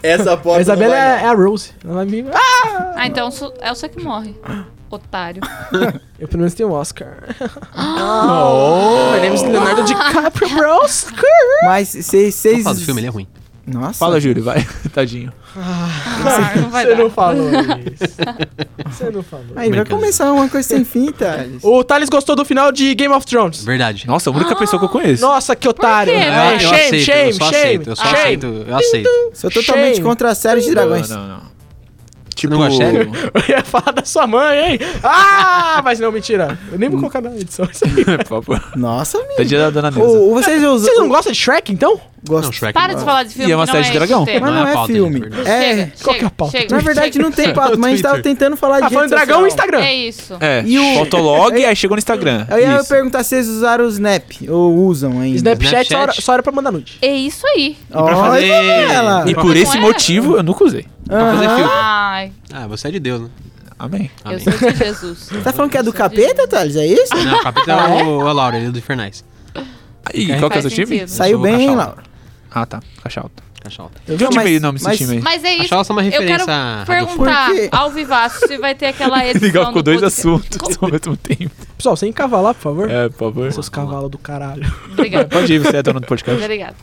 Speaker 10: Essa porta.
Speaker 1: A Isabela
Speaker 10: não vai, não.
Speaker 1: é, é a Rose. Ela vai me. Ah!
Speaker 8: Ah, então sou- é você que morre. Otário.
Speaker 1: Eu pelo menos tenho um Oscar. Oh. My name is Leonardo DiCaprio, bros.
Speaker 6: Mas vocês.
Speaker 5: Vamos falar do filme, ele é ruim.
Speaker 6: Nossa.
Speaker 7: Fala, Júlio, vai. Tadinho.
Speaker 8: Ah, não vai
Speaker 1: Você
Speaker 8: dar.
Speaker 1: não falou isso. Você não falou.
Speaker 6: Aí vai
Speaker 5: Brincando.
Speaker 6: começar uma coisa sem fim, Thales.
Speaker 1: O Thales gostou do final de Game of Thrones.
Speaker 5: Verdade.
Speaker 7: Nossa, a única
Speaker 1: Ah,
Speaker 7: pessoa que eu conheço.
Speaker 1: Nossa, que otário.
Speaker 8: quê?
Speaker 5: É,
Speaker 1: Vai,
Speaker 5: eu
Speaker 1: shame,
Speaker 5: aceito,
Speaker 1: shame,
Speaker 5: eu só
Speaker 1: shame,
Speaker 5: aceito, eu só
Speaker 1: shame.
Speaker 5: aceito, eu aceito.
Speaker 6: Sou totalmente
Speaker 1: Shame.
Speaker 6: contra a série de dragões.
Speaker 7: Não, não, não.
Speaker 5: Tipo, não gosta sério?
Speaker 1: Eu ia falar da sua mãe, hein? Ah, mas não, mentira. Eu nem vou colocar na edição isso aí.
Speaker 7: Por favor.
Speaker 5: Tá
Speaker 6: Nossa, amigo.
Speaker 7: Tadinha da dona Neuza.
Speaker 6: Ou vocês usam.
Speaker 1: Vocês não gostam de Shrek, então?
Speaker 6: Gostam.
Speaker 5: Não, Shrek
Speaker 8: Para
Speaker 5: não.
Speaker 8: de falar de filme.
Speaker 7: E é uma
Speaker 8: que não
Speaker 7: série de dragão.
Speaker 8: esse tema.
Speaker 6: Mas não,
Speaker 5: é
Speaker 6: é,
Speaker 5: pauta,
Speaker 6: filme.
Speaker 5: gente, verdade.
Speaker 6: É.
Speaker 1: qual
Speaker 8: Chega, chega,
Speaker 1: que é a pauta?
Speaker 8: chega,
Speaker 6: Na verdade,
Speaker 8: chega,
Speaker 6: não tem
Speaker 8: chega.
Speaker 6: pauta, mas a gente tava
Speaker 5: Twitter.
Speaker 6: tentando falar
Speaker 1: Tá
Speaker 6: de.
Speaker 1: falando
Speaker 6: rede
Speaker 1: dragão e
Speaker 6: social.
Speaker 1: Instagram.
Speaker 8: É isso.
Speaker 7: É,
Speaker 6: E o- é,
Speaker 7: Fotolog, aí chegou no Instagram.
Speaker 6: Eu ia
Speaker 7: Isso.
Speaker 6: perguntar se vocês usaram o Snap ou usam ainda.
Speaker 1: Snapchat, Só, era,
Speaker 5: Snapchat?
Speaker 1: só era pra mandar nude.
Speaker 8: É isso aí.
Speaker 5: pra fazer-
Speaker 6: ela.
Speaker 7: E por esse
Speaker 8: Não é?
Speaker 7: motivo eu nunca usei.
Speaker 5: Pra fazer filme.
Speaker 8: Ai,
Speaker 5: Ah, você é de Deus, né?
Speaker 7: é Amém.
Speaker 8: eu
Speaker 5: Amém.
Speaker 8: sou de Jesus.
Speaker 6: Tá falando que é do capeta, Thales? É isso?
Speaker 5: Não, o capitão é o, o Laura, ele é do Infernais.
Speaker 7: E qual que é o seu
Speaker 8: Faz
Speaker 7: time?
Speaker 8: sentido.
Speaker 6: Saiu
Speaker 5: sou
Speaker 6: bem, hein,
Speaker 5: cachorro.
Speaker 6: Laura?
Speaker 7: Ah, tá. Caixa alta.
Speaker 5: Caixa alta.
Speaker 7: Eu time
Speaker 6: mas-
Speaker 7: aí o nome desse
Speaker 6: mas-
Speaker 7: time aí.
Speaker 8: Mas é isso.
Speaker 5: Achava só uma
Speaker 8: Eu
Speaker 5: referência
Speaker 8: quero
Speaker 5: à
Speaker 8: perguntar
Speaker 6: Por quê?
Speaker 8: ao Vivaço se vai ter aquela edição.
Speaker 7: Legal com
Speaker 8: do
Speaker 7: dois
Speaker 8: podcast.
Speaker 7: assuntos ao mesmo tempo.
Speaker 1: tipo, Pessoal, sem cavalar, por favor.
Speaker 7: É, por favor.
Speaker 1: Seus cavalos do caralho.
Speaker 8: Obrigado.
Speaker 7: Pode ir, você é dono do podcast.
Speaker 8: Obrigado.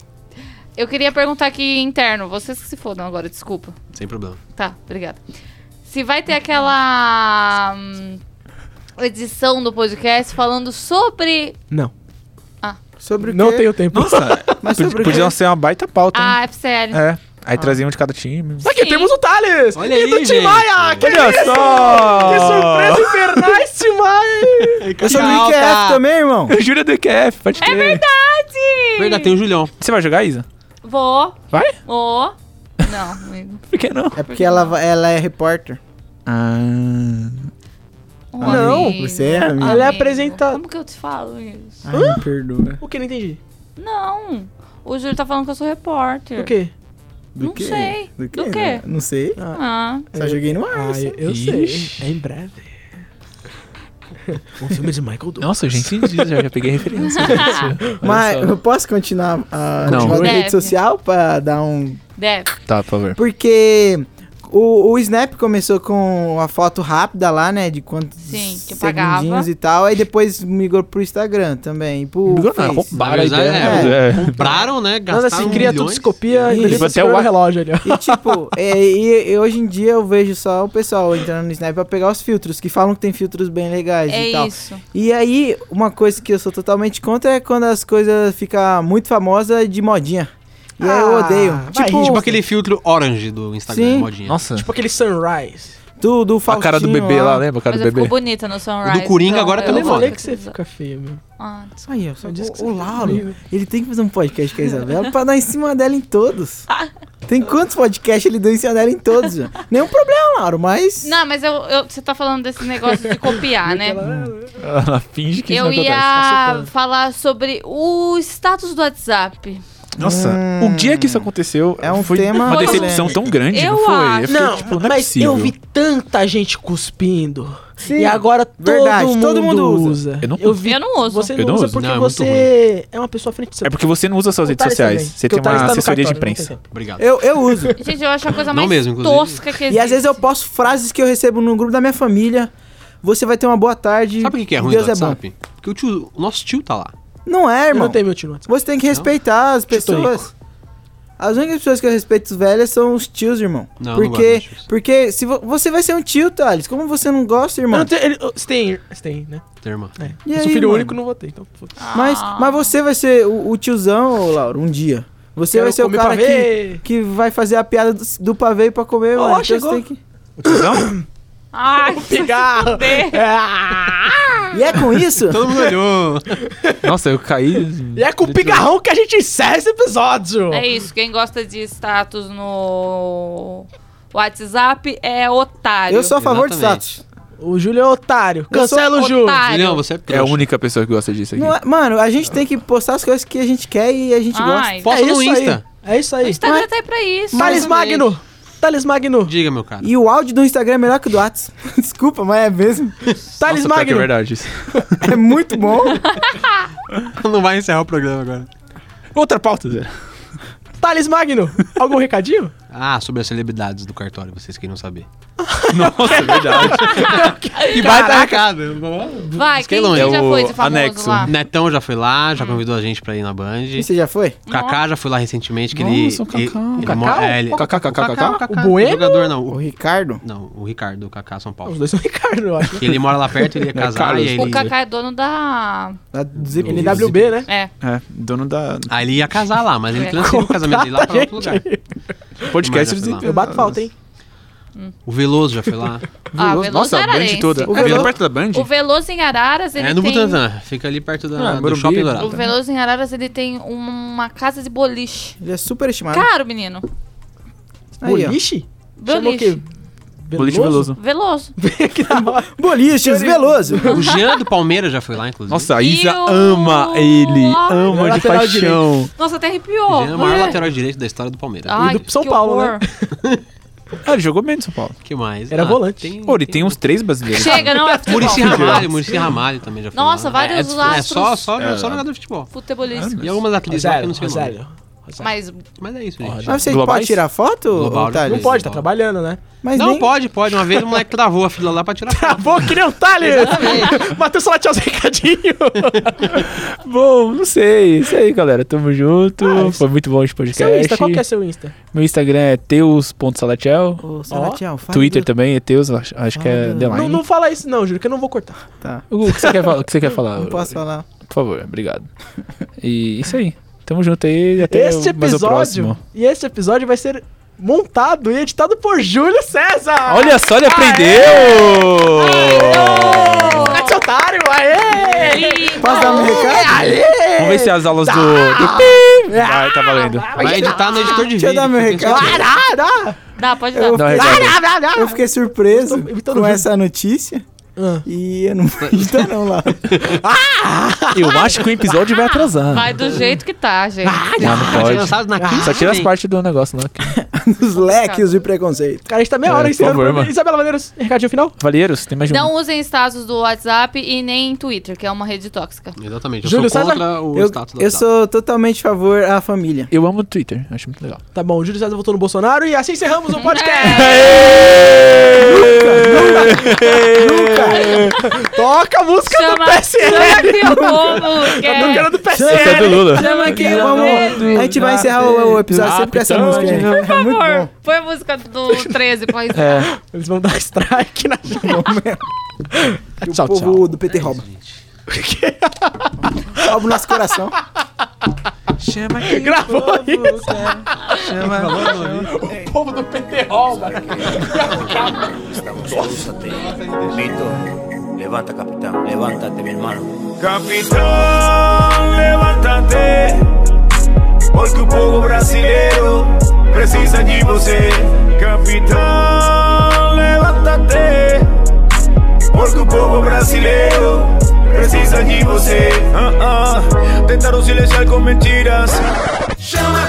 Speaker 8: Eu queria perguntar aqui interno. Vocês que se fodam agora, desculpa.
Speaker 5: Sem problema.
Speaker 8: Tá, obrigada. Se vai ter aquela hum, edição do podcast falando sobre.
Speaker 1: Não.
Speaker 6: Sobre o quê?
Speaker 1: Não tenho tempo.
Speaker 7: Nossa,
Speaker 6: Mas sobre o quê?
Speaker 7: podia ser uma baita pauta, hein?
Speaker 8: a FCL.
Speaker 7: É. Aí trazia um de cada time.
Speaker 1: Aqui
Speaker 8: Sim.
Speaker 1: temos o Thales!
Speaker 5: Olha
Speaker 1: e
Speaker 5: aí,
Speaker 1: do Tim
Speaker 5: gente.
Speaker 1: Maia! Que,
Speaker 7: Olha só!
Speaker 1: que surpresa infernais, Tim Maia!
Speaker 6: Eu sou do IQF também, irmão.
Speaker 7: O Júlio é do EQF, pode
Speaker 8: É
Speaker 7: crer.
Speaker 8: verdade!
Speaker 5: Verdade, tem o Julião.
Speaker 7: Você vai jogar, Isa?
Speaker 8: Vou.
Speaker 7: Vai?
Speaker 8: Vou. Não, amigo.
Speaker 7: Por que não?
Speaker 6: É porque ela, va- ela é repórter.
Speaker 7: Ah.
Speaker 8: Não,
Speaker 6: Você é, amigo.
Speaker 1: Ela é apresenta-
Speaker 8: Um Como que eu te falo isso?
Speaker 6: Ai, me perdoa.
Speaker 1: O que? Não entendi.
Speaker 8: Não. O Júlio tá falando que eu sou repórter.
Speaker 1: O quê?
Speaker 6: Do
Speaker 8: Não
Speaker 6: quê?
Speaker 8: sei.
Speaker 6: Do quê?
Speaker 8: Do quê?
Speaker 6: Não sei.
Speaker 8: Ah,
Speaker 6: Só joguei no ar. assim.
Speaker 1: Ah,
Speaker 6: só.
Speaker 1: eu, eu
Speaker 7: Ixi.
Speaker 1: sei. É em breve. Um filme de Michael Douglas.
Speaker 7: Nossa, gente, Isa, já, já peguei referência. Olha
Speaker 6: Mas
Speaker 7: só.
Speaker 6: eu posso continuar a
Speaker 7: Não.
Speaker 6: continuar na
Speaker 8: Deve.
Speaker 6: rede social pra dar um.
Speaker 8: deve.
Speaker 7: Tá, por favor.
Speaker 6: Porque O, o Snap começou com a foto rápida lá, né? De quantos
Speaker 8: Sim, que pagava.
Speaker 6: segundinhos e tal. Aí depois migrou pro Instagram também. e Pro
Speaker 7: Migrou não,
Speaker 6: Face.
Speaker 7: roubaram a
Speaker 5: Mas é,
Speaker 7: ideia.
Speaker 6: é,
Speaker 7: É.
Speaker 5: Compraram, né?
Speaker 1: Nada
Speaker 5: Gastaram
Speaker 1: assim, cria tudo,
Speaker 5: milhões.
Speaker 1: se copia e
Speaker 7: Ele
Speaker 1: deleta
Speaker 7: vai
Speaker 1: se
Speaker 7: até o
Speaker 1: programa.
Speaker 7: relógio ali, ó.
Speaker 6: E tipo, é, e, e hoje em dia eu vejo só o pessoal entrando no Snap pra pegar os filtros, que falam que tem filtros bem legais e
Speaker 8: É
Speaker 6: tal.
Speaker 8: isso.
Speaker 6: E aí, uma coisa que eu sou totalmente contra é quando as coisas ficam muito famosas de modinha. E aí eu
Speaker 1: Ah,
Speaker 6: odeio.
Speaker 1: vai,
Speaker 6: tipo,
Speaker 5: Tipo aquele filtro orange do Instagram,
Speaker 6: Sim.
Speaker 5: modinha.
Speaker 7: Nossa,
Speaker 1: Tipo aquele sunrise.
Speaker 6: do, do
Speaker 7: a cara do
Speaker 6: Faustinho
Speaker 7: bebê lá, né? lembra a cara
Speaker 8: Mas
Speaker 7: do
Speaker 8: ela ficou
Speaker 7: bebê?
Speaker 8: bonita no Sunrise. então
Speaker 5: O do Coringa agora tá
Speaker 1: Eu,
Speaker 5: Eu
Speaker 8: eu
Speaker 5: demais.
Speaker 1: falei
Speaker 5: falei
Speaker 1: que você fica feio, meu.
Speaker 8: Ah, desculpa.
Speaker 6: Aí, eu só
Speaker 1: Eu disse que
Speaker 6: disse
Speaker 1: você
Speaker 6: o
Speaker 1: tá
Speaker 6: Lauro,
Speaker 1: horrível.
Speaker 6: ele tem que fazer um podcast com a Isabela pra dar em cima dela em todos. Tem quantos podcasts ele deu em cima dela em todos? meu? Nenhum problema, Lauro, mas...
Speaker 8: Não, mas eu, eu- você tá falando desse negócio de copiar, né?
Speaker 7: Ela finge que
Speaker 8: Eu
Speaker 7: isso não
Speaker 8: ia
Speaker 7: acontece.
Speaker 8: falar sobre o status do WhatsApp.
Speaker 7: Nossa,
Speaker 6: Hum.
Speaker 7: o dia que isso aconteceu
Speaker 6: É um
Speaker 7: foi
Speaker 6: tema
Speaker 7: uma decepção
Speaker 6: polêmico.
Speaker 7: tão grande,
Speaker 8: Eu
Speaker 7: não foi?
Speaker 8: acho.
Speaker 7: fiquei,
Speaker 1: Não,
Speaker 7: tipo,
Speaker 1: mas
Speaker 7: possível.
Speaker 1: eu vi tanta gente cuspindo.
Speaker 6: Sim.
Speaker 1: E agora
Speaker 6: Verdade,
Speaker 1: todo,
Speaker 6: todo
Speaker 1: mundo,
Speaker 6: mundo
Speaker 1: usa.
Speaker 7: Eu não-
Speaker 1: vi.
Speaker 8: Eu não uso.
Speaker 1: Você
Speaker 7: Eu
Speaker 1: não,
Speaker 7: não
Speaker 1: usa
Speaker 7: uso.
Speaker 1: porque
Speaker 5: Não, é muito
Speaker 1: você é uma pessoa à frente do seu
Speaker 7: É porque você não usa suas redes
Speaker 1: Thales
Speaker 7: sociais.
Speaker 1: também, porque
Speaker 7: Você tem
Speaker 1: o Thales
Speaker 7: uma
Speaker 1: tá no
Speaker 7: assessoria de
Speaker 1: cartório, não
Speaker 7: imprensa.
Speaker 1: tem tempo.
Speaker 5: Obrigado.
Speaker 6: Eu, eu uso.
Speaker 8: Gente, eu acho a coisa
Speaker 5: Não
Speaker 8: mais
Speaker 5: mesmo, inclusive.
Speaker 8: tosca que existe.
Speaker 6: E às vezes eu posto frases que eu recebo no grupo da minha família. Você vai ter uma boa tarde.
Speaker 5: Sabe o que que é
Speaker 6: e
Speaker 5: ruim
Speaker 6: Deus
Speaker 5: do
Speaker 6: é bom.
Speaker 5: WhatsApp? Porque o, tio, o nosso tio tá lá.
Speaker 6: Não é,
Speaker 1: Eu
Speaker 6: irmão.
Speaker 1: não tenho Tipo meu tio no WhatsApp.
Speaker 6: Você tem que respeitar as pessoas. As únicas pessoas que eu respeito velhas são os tios, irmão.
Speaker 5: Não, eu não
Speaker 6: porque,
Speaker 5: gosto dos tios.
Speaker 6: porque se vo- você vai ser um tio, Thales. Como você não gosta,
Speaker 1: Eu
Speaker 6: irmão?
Speaker 1: não tenho, ele, você tem, você tem, né?
Speaker 5: Tem irmã.
Speaker 6: E
Speaker 1: eu
Speaker 6: aí,
Speaker 1: sou filho
Speaker 6: mano?
Speaker 1: único, não vou ter, então foda-se.
Speaker 6: Mas, mas você vai ser o, o tiozão, ô, Lauro, um dia. Você
Speaker 1: Quero
Speaker 6: vai ser o
Speaker 1: comer
Speaker 6: cara que,
Speaker 1: pavê.
Speaker 6: que vai fazer a piada do, do pavê pra comer,
Speaker 1: Ó,
Speaker 6: mano. Então você
Speaker 1: chegou.
Speaker 6: tem que-
Speaker 8: Ai,
Speaker 1: Cigarro.
Speaker 6: E é com isso?
Speaker 5: Todo mundo olhou.
Speaker 7: Nossa, eu caí.
Speaker 1: E é com o pigarrão que a gente encerra esse episódio.
Speaker 8: É isso, quem gosta de status no WhatsApp é otário.
Speaker 6: eu sou a favor do
Speaker 5: Exatamente.
Speaker 6: status.
Speaker 1: O Júlio é otário. Cancela o
Speaker 8: sou
Speaker 1: Júlio.
Speaker 8: otário.
Speaker 5: Julião, você é
Speaker 7: É a
Speaker 5: trouxa.
Speaker 7: única pessoa que gosta disso aqui.
Speaker 6: Não é- mano, a gente tem que postar as coisas que a gente quer e a gente gosta.
Speaker 8: Ai,
Speaker 5: Posta
Speaker 1: é
Speaker 5: no
Speaker 1: isso aí.
Speaker 5: Insta.
Speaker 1: É isso
Speaker 8: o
Speaker 1: aí.
Speaker 8: Instagram tá aí pra isso.
Speaker 1: Thales Magno. Thales Magno.
Speaker 5: Diga, meu cara.
Speaker 6: E o áudio do Instagram é melhor que o do Whats. Desculpa, mas é mesmo.
Speaker 1: Thales
Speaker 7: Nossa, pior que é
Speaker 1: Magno.
Speaker 7: verdade isso.
Speaker 6: É muito bom.
Speaker 5: Não vai encerrar o programa agora.
Speaker 7: Outra pauta, Zé.
Speaker 1: Thales Magno. Algum recadinho?
Speaker 5: Ah, sobre as celebridades do cartório, vocês queriam saber.
Speaker 7: Nossa, é verdade.
Speaker 5: E vai dar recado.
Speaker 8: Vai,
Speaker 5: Fiquei
Speaker 8: quem,
Speaker 5: longe.
Speaker 8: quem já
Speaker 7: É o
Speaker 8: foi de famoso
Speaker 7: anexo.
Speaker 8: lá?
Speaker 5: Netão já foi lá, já convidou a gente pra ir na Band.
Speaker 6: E você já foi?
Speaker 5: O Kaká já foi lá recentemente, que ele...
Speaker 7: Nossa, o Kaká.
Speaker 5: ele-
Speaker 7: O
Speaker 5: ele
Speaker 7: Kaká?
Speaker 5: mo- é, ele-
Speaker 7: KKKKK.
Speaker 1: O Bueno?
Speaker 5: Jogador não,
Speaker 6: O
Speaker 5: o-
Speaker 6: Ricardo?
Speaker 5: não, o Ricardo, o Kaká São
Speaker 1: Os
Speaker 5: Paulo.
Speaker 1: dois são Ricardo, eu acho.
Speaker 5: Que ele mora lá perto, ele ia
Speaker 7: É,
Speaker 5: casar
Speaker 7: Carlos.
Speaker 5: e aí
Speaker 8: O
Speaker 5: ele...
Speaker 8: Kaká é dono da.
Speaker 6: Lá do Zip-
Speaker 1: NWB, né?
Speaker 8: É.
Speaker 7: É, dono da
Speaker 5: Aí ele ia casar lá, mas ele
Speaker 8: É.
Speaker 5: transferiu o casamento dele lá pra outro lugar.
Speaker 7: podcast.
Speaker 5: Mas já foi lá.
Speaker 1: Eu
Speaker 6: Ah,
Speaker 1: bato falta, hein?
Speaker 5: O Veloso já foi lá.
Speaker 8: Ah, Veloso
Speaker 7: Nossa, a
Speaker 8: Ararense.
Speaker 7: Band toda.
Speaker 6: O
Speaker 7: É,
Speaker 6: Veloso-
Speaker 7: é perto da Band?
Speaker 8: O Veloso em Araras, ele
Speaker 5: É no
Speaker 8: tem.
Speaker 5: Butantã, fica ali perto da,
Speaker 7: Ah,
Speaker 5: do
Speaker 7: Morumbi,
Speaker 5: Shopping
Speaker 8: O
Speaker 5: Dourado.
Speaker 8: Veloso em Araras, ele tem uma casa de boliche.
Speaker 6: Ele é super
Speaker 1: Ah.
Speaker 6: estimado.
Speaker 8: Caro, menino.
Speaker 6: Aí, ó.
Speaker 1: Boliche? Chamou o
Speaker 8: Boliche.
Speaker 1: quê?
Speaker 7: Boliche Veloso.
Speaker 8: Veloso.
Speaker 1: que da hora.
Speaker 6: Boliches Veloso.
Speaker 5: O Jean do Palmeiras já foi lá, inclusive.
Speaker 7: Nossa, a
Speaker 8: E
Speaker 7: Isa
Speaker 8: o-
Speaker 7: ama ele. Ama de
Speaker 1: Lateral
Speaker 7: paixão.
Speaker 8: Nossa, até
Speaker 5: O
Speaker 8: arrepiou.
Speaker 5: Jean é o maior
Speaker 8: É.
Speaker 5: lateral direito da história do Palmeiras.
Speaker 8: Ai,
Speaker 1: E do São
Speaker 8: que
Speaker 1: Paulo, né?
Speaker 8: horror.
Speaker 7: Ah, ele jogou bem no São Paulo.
Speaker 5: que mais? ah,
Speaker 1: Era volante.
Speaker 7: Pô, ele tem um uns três brasileiros.
Speaker 8: Chega,
Speaker 1: tá
Speaker 8: não é futebol.
Speaker 5: Murici Ramalho, Murici Ramalho também já foi
Speaker 8: Nossa,
Speaker 5: lá. é, é,
Speaker 8: vários
Speaker 5: é
Speaker 8: astros.
Speaker 5: só, só, só jogador de futebol.
Speaker 8: Futebolista.
Speaker 5: E algumas atletas lá que
Speaker 1: Rosário,
Speaker 5: eu não sei o nome.
Speaker 7: né?
Speaker 1: Rosário.
Speaker 8: Mas
Speaker 5: Mas é isso, gente.
Speaker 6: Mas você
Speaker 7: Globais?
Speaker 6: pode tirar foto,
Speaker 5: Global,
Speaker 6: ô, Thales?
Speaker 1: Não pode, tá trabalhando, né?
Speaker 6: Mas
Speaker 5: não,
Speaker 6: nem-
Speaker 5: pode, pode. Uma vez o moleque travou a fila lá pra tirar foto.
Speaker 1: Travou que nem um Thales! Matheus Salati aos recadinhos.
Speaker 7: Ah, Bom, não sei. Isso aí, galera. Tamo junto.
Speaker 1: Ah, isso-
Speaker 7: Foi muito bom esse
Speaker 1: Seu
Speaker 7: podcast.
Speaker 1: Insta, qual que é seu Insta?
Speaker 7: Meu Instagram é teus.salatiel.
Speaker 6: Ô, Salatiel, fala
Speaker 7: Twitter
Speaker 6: do-
Speaker 7: também é teus, acho, acho que é
Speaker 6: Ah,
Speaker 7: Deline.
Speaker 1: Não, não fala isso não, juro, que eu não vou cortar.
Speaker 6: Tá.
Speaker 7: O que você quer falar? O que você quer falar?
Speaker 6: Não posso falar.
Speaker 7: Por favor, obrigado. E isso aí. Tamo junto aí. Até
Speaker 1: este
Speaker 7: o- mais o
Speaker 1: episódio,
Speaker 7: próximo.
Speaker 1: e este episódio vai ser montado e editado por Júlio César!
Speaker 7: Olha só, ele aprendeu!
Speaker 1: Mete otário, aê!
Speaker 6: Posso dar um recado?
Speaker 7: Vamos ver se as aulas do. do PIB. Vai, tá valendo.
Speaker 5: Vai editar no editor de vídeo.
Speaker 6: Deixa eu dar meu
Speaker 5: porque tem
Speaker 6: recado.
Speaker 1: Parada!
Speaker 8: dá, pode
Speaker 6: Eu-
Speaker 8: dar.
Speaker 7: Dá um recado.
Speaker 6: Eu fiquei surpreso
Speaker 1: Ah, Eu tô- eu tô
Speaker 6: com
Speaker 1: junto.
Speaker 6: essa notícia.
Speaker 1: Ah.
Speaker 6: E eu não vou editar não, Lauro.
Speaker 7: Eu acho que o episódio vai atrasar.
Speaker 8: Vai do jeito que tá, gente.
Speaker 7: Não, não
Speaker 5: Pode ser
Speaker 7: pode.
Speaker 5: lançado na quinta.
Speaker 7: Só tira as
Speaker 5: vem.
Speaker 7: partes do negócio né? lá. que-
Speaker 6: dos leques de preconceito.
Speaker 1: Cara, a gente tá meia
Speaker 11: É,
Speaker 1: hora
Speaker 11: por
Speaker 1: ensinando
Speaker 11: favor,
Speaker 1: pra
Speaker 11: mano.
Speaker 1: Isabela Maneiros, recadinho final?
Speaker 11: Valheiros, tem mais de um.
Speaker 8: Não usem status do WhatsApp e nem Twitter, que é uma rede tóxica.
Speaker 5: Exatamente. Eu
Speaker 1: Júlio
Speaker 5: sou
Speaker 1: César?
Speaker 5: contra o
Speaker 6: Eu,
Speaker 5: status do
Speaker 6: eu
Speaker 5: WhatsApp.
Speaker 6: sou totalmente a favor à família.
Speaker 11: Eu amo o Twitter, acho muito legal.
Speaker 1: Tá bom, o Júlio César votou no Bolsonaro e assim encerramos o podcast. Toca a música do
Speaker 8: Chama,
Speaker 1: PSL!
Speaker 8: chama que é o povo
Speaker 1: Eu
Speaker 8: quer.
Speaker 1: quero do
Speaker 7: é
Speaker 1: PSL!
Speaker 11: Lula.
Speaker 6: Chama aqui, vamos. A gente vai encerrar o, o episódio sempre com essa música. aí.
Speaker 8: Por favor, põe a música do 13 pra
Speaker 1: É.
Speaker 8: isso.
Speaker 1: Eles vão dar strike na gente.
Speaker 6: Que
Speaker 11: Tchau,
Speaker 6: o povo
Speaker 11: tchau.
Speaker 6: do PT rouba. rouba o nosso coração.
Speaker 11: Chama aqui.
Speaker 1: Gravou isso.
Speaker 10: Levanta, capitán, levántate, mi hermano.
Speaker 7: Capitán, levántate, porque o povo brasileiro precisa de você. Capitão, levántate, porque o povo brasileiro precisa de você. Ah, ah, tentaram silenciar com mentiras. Chama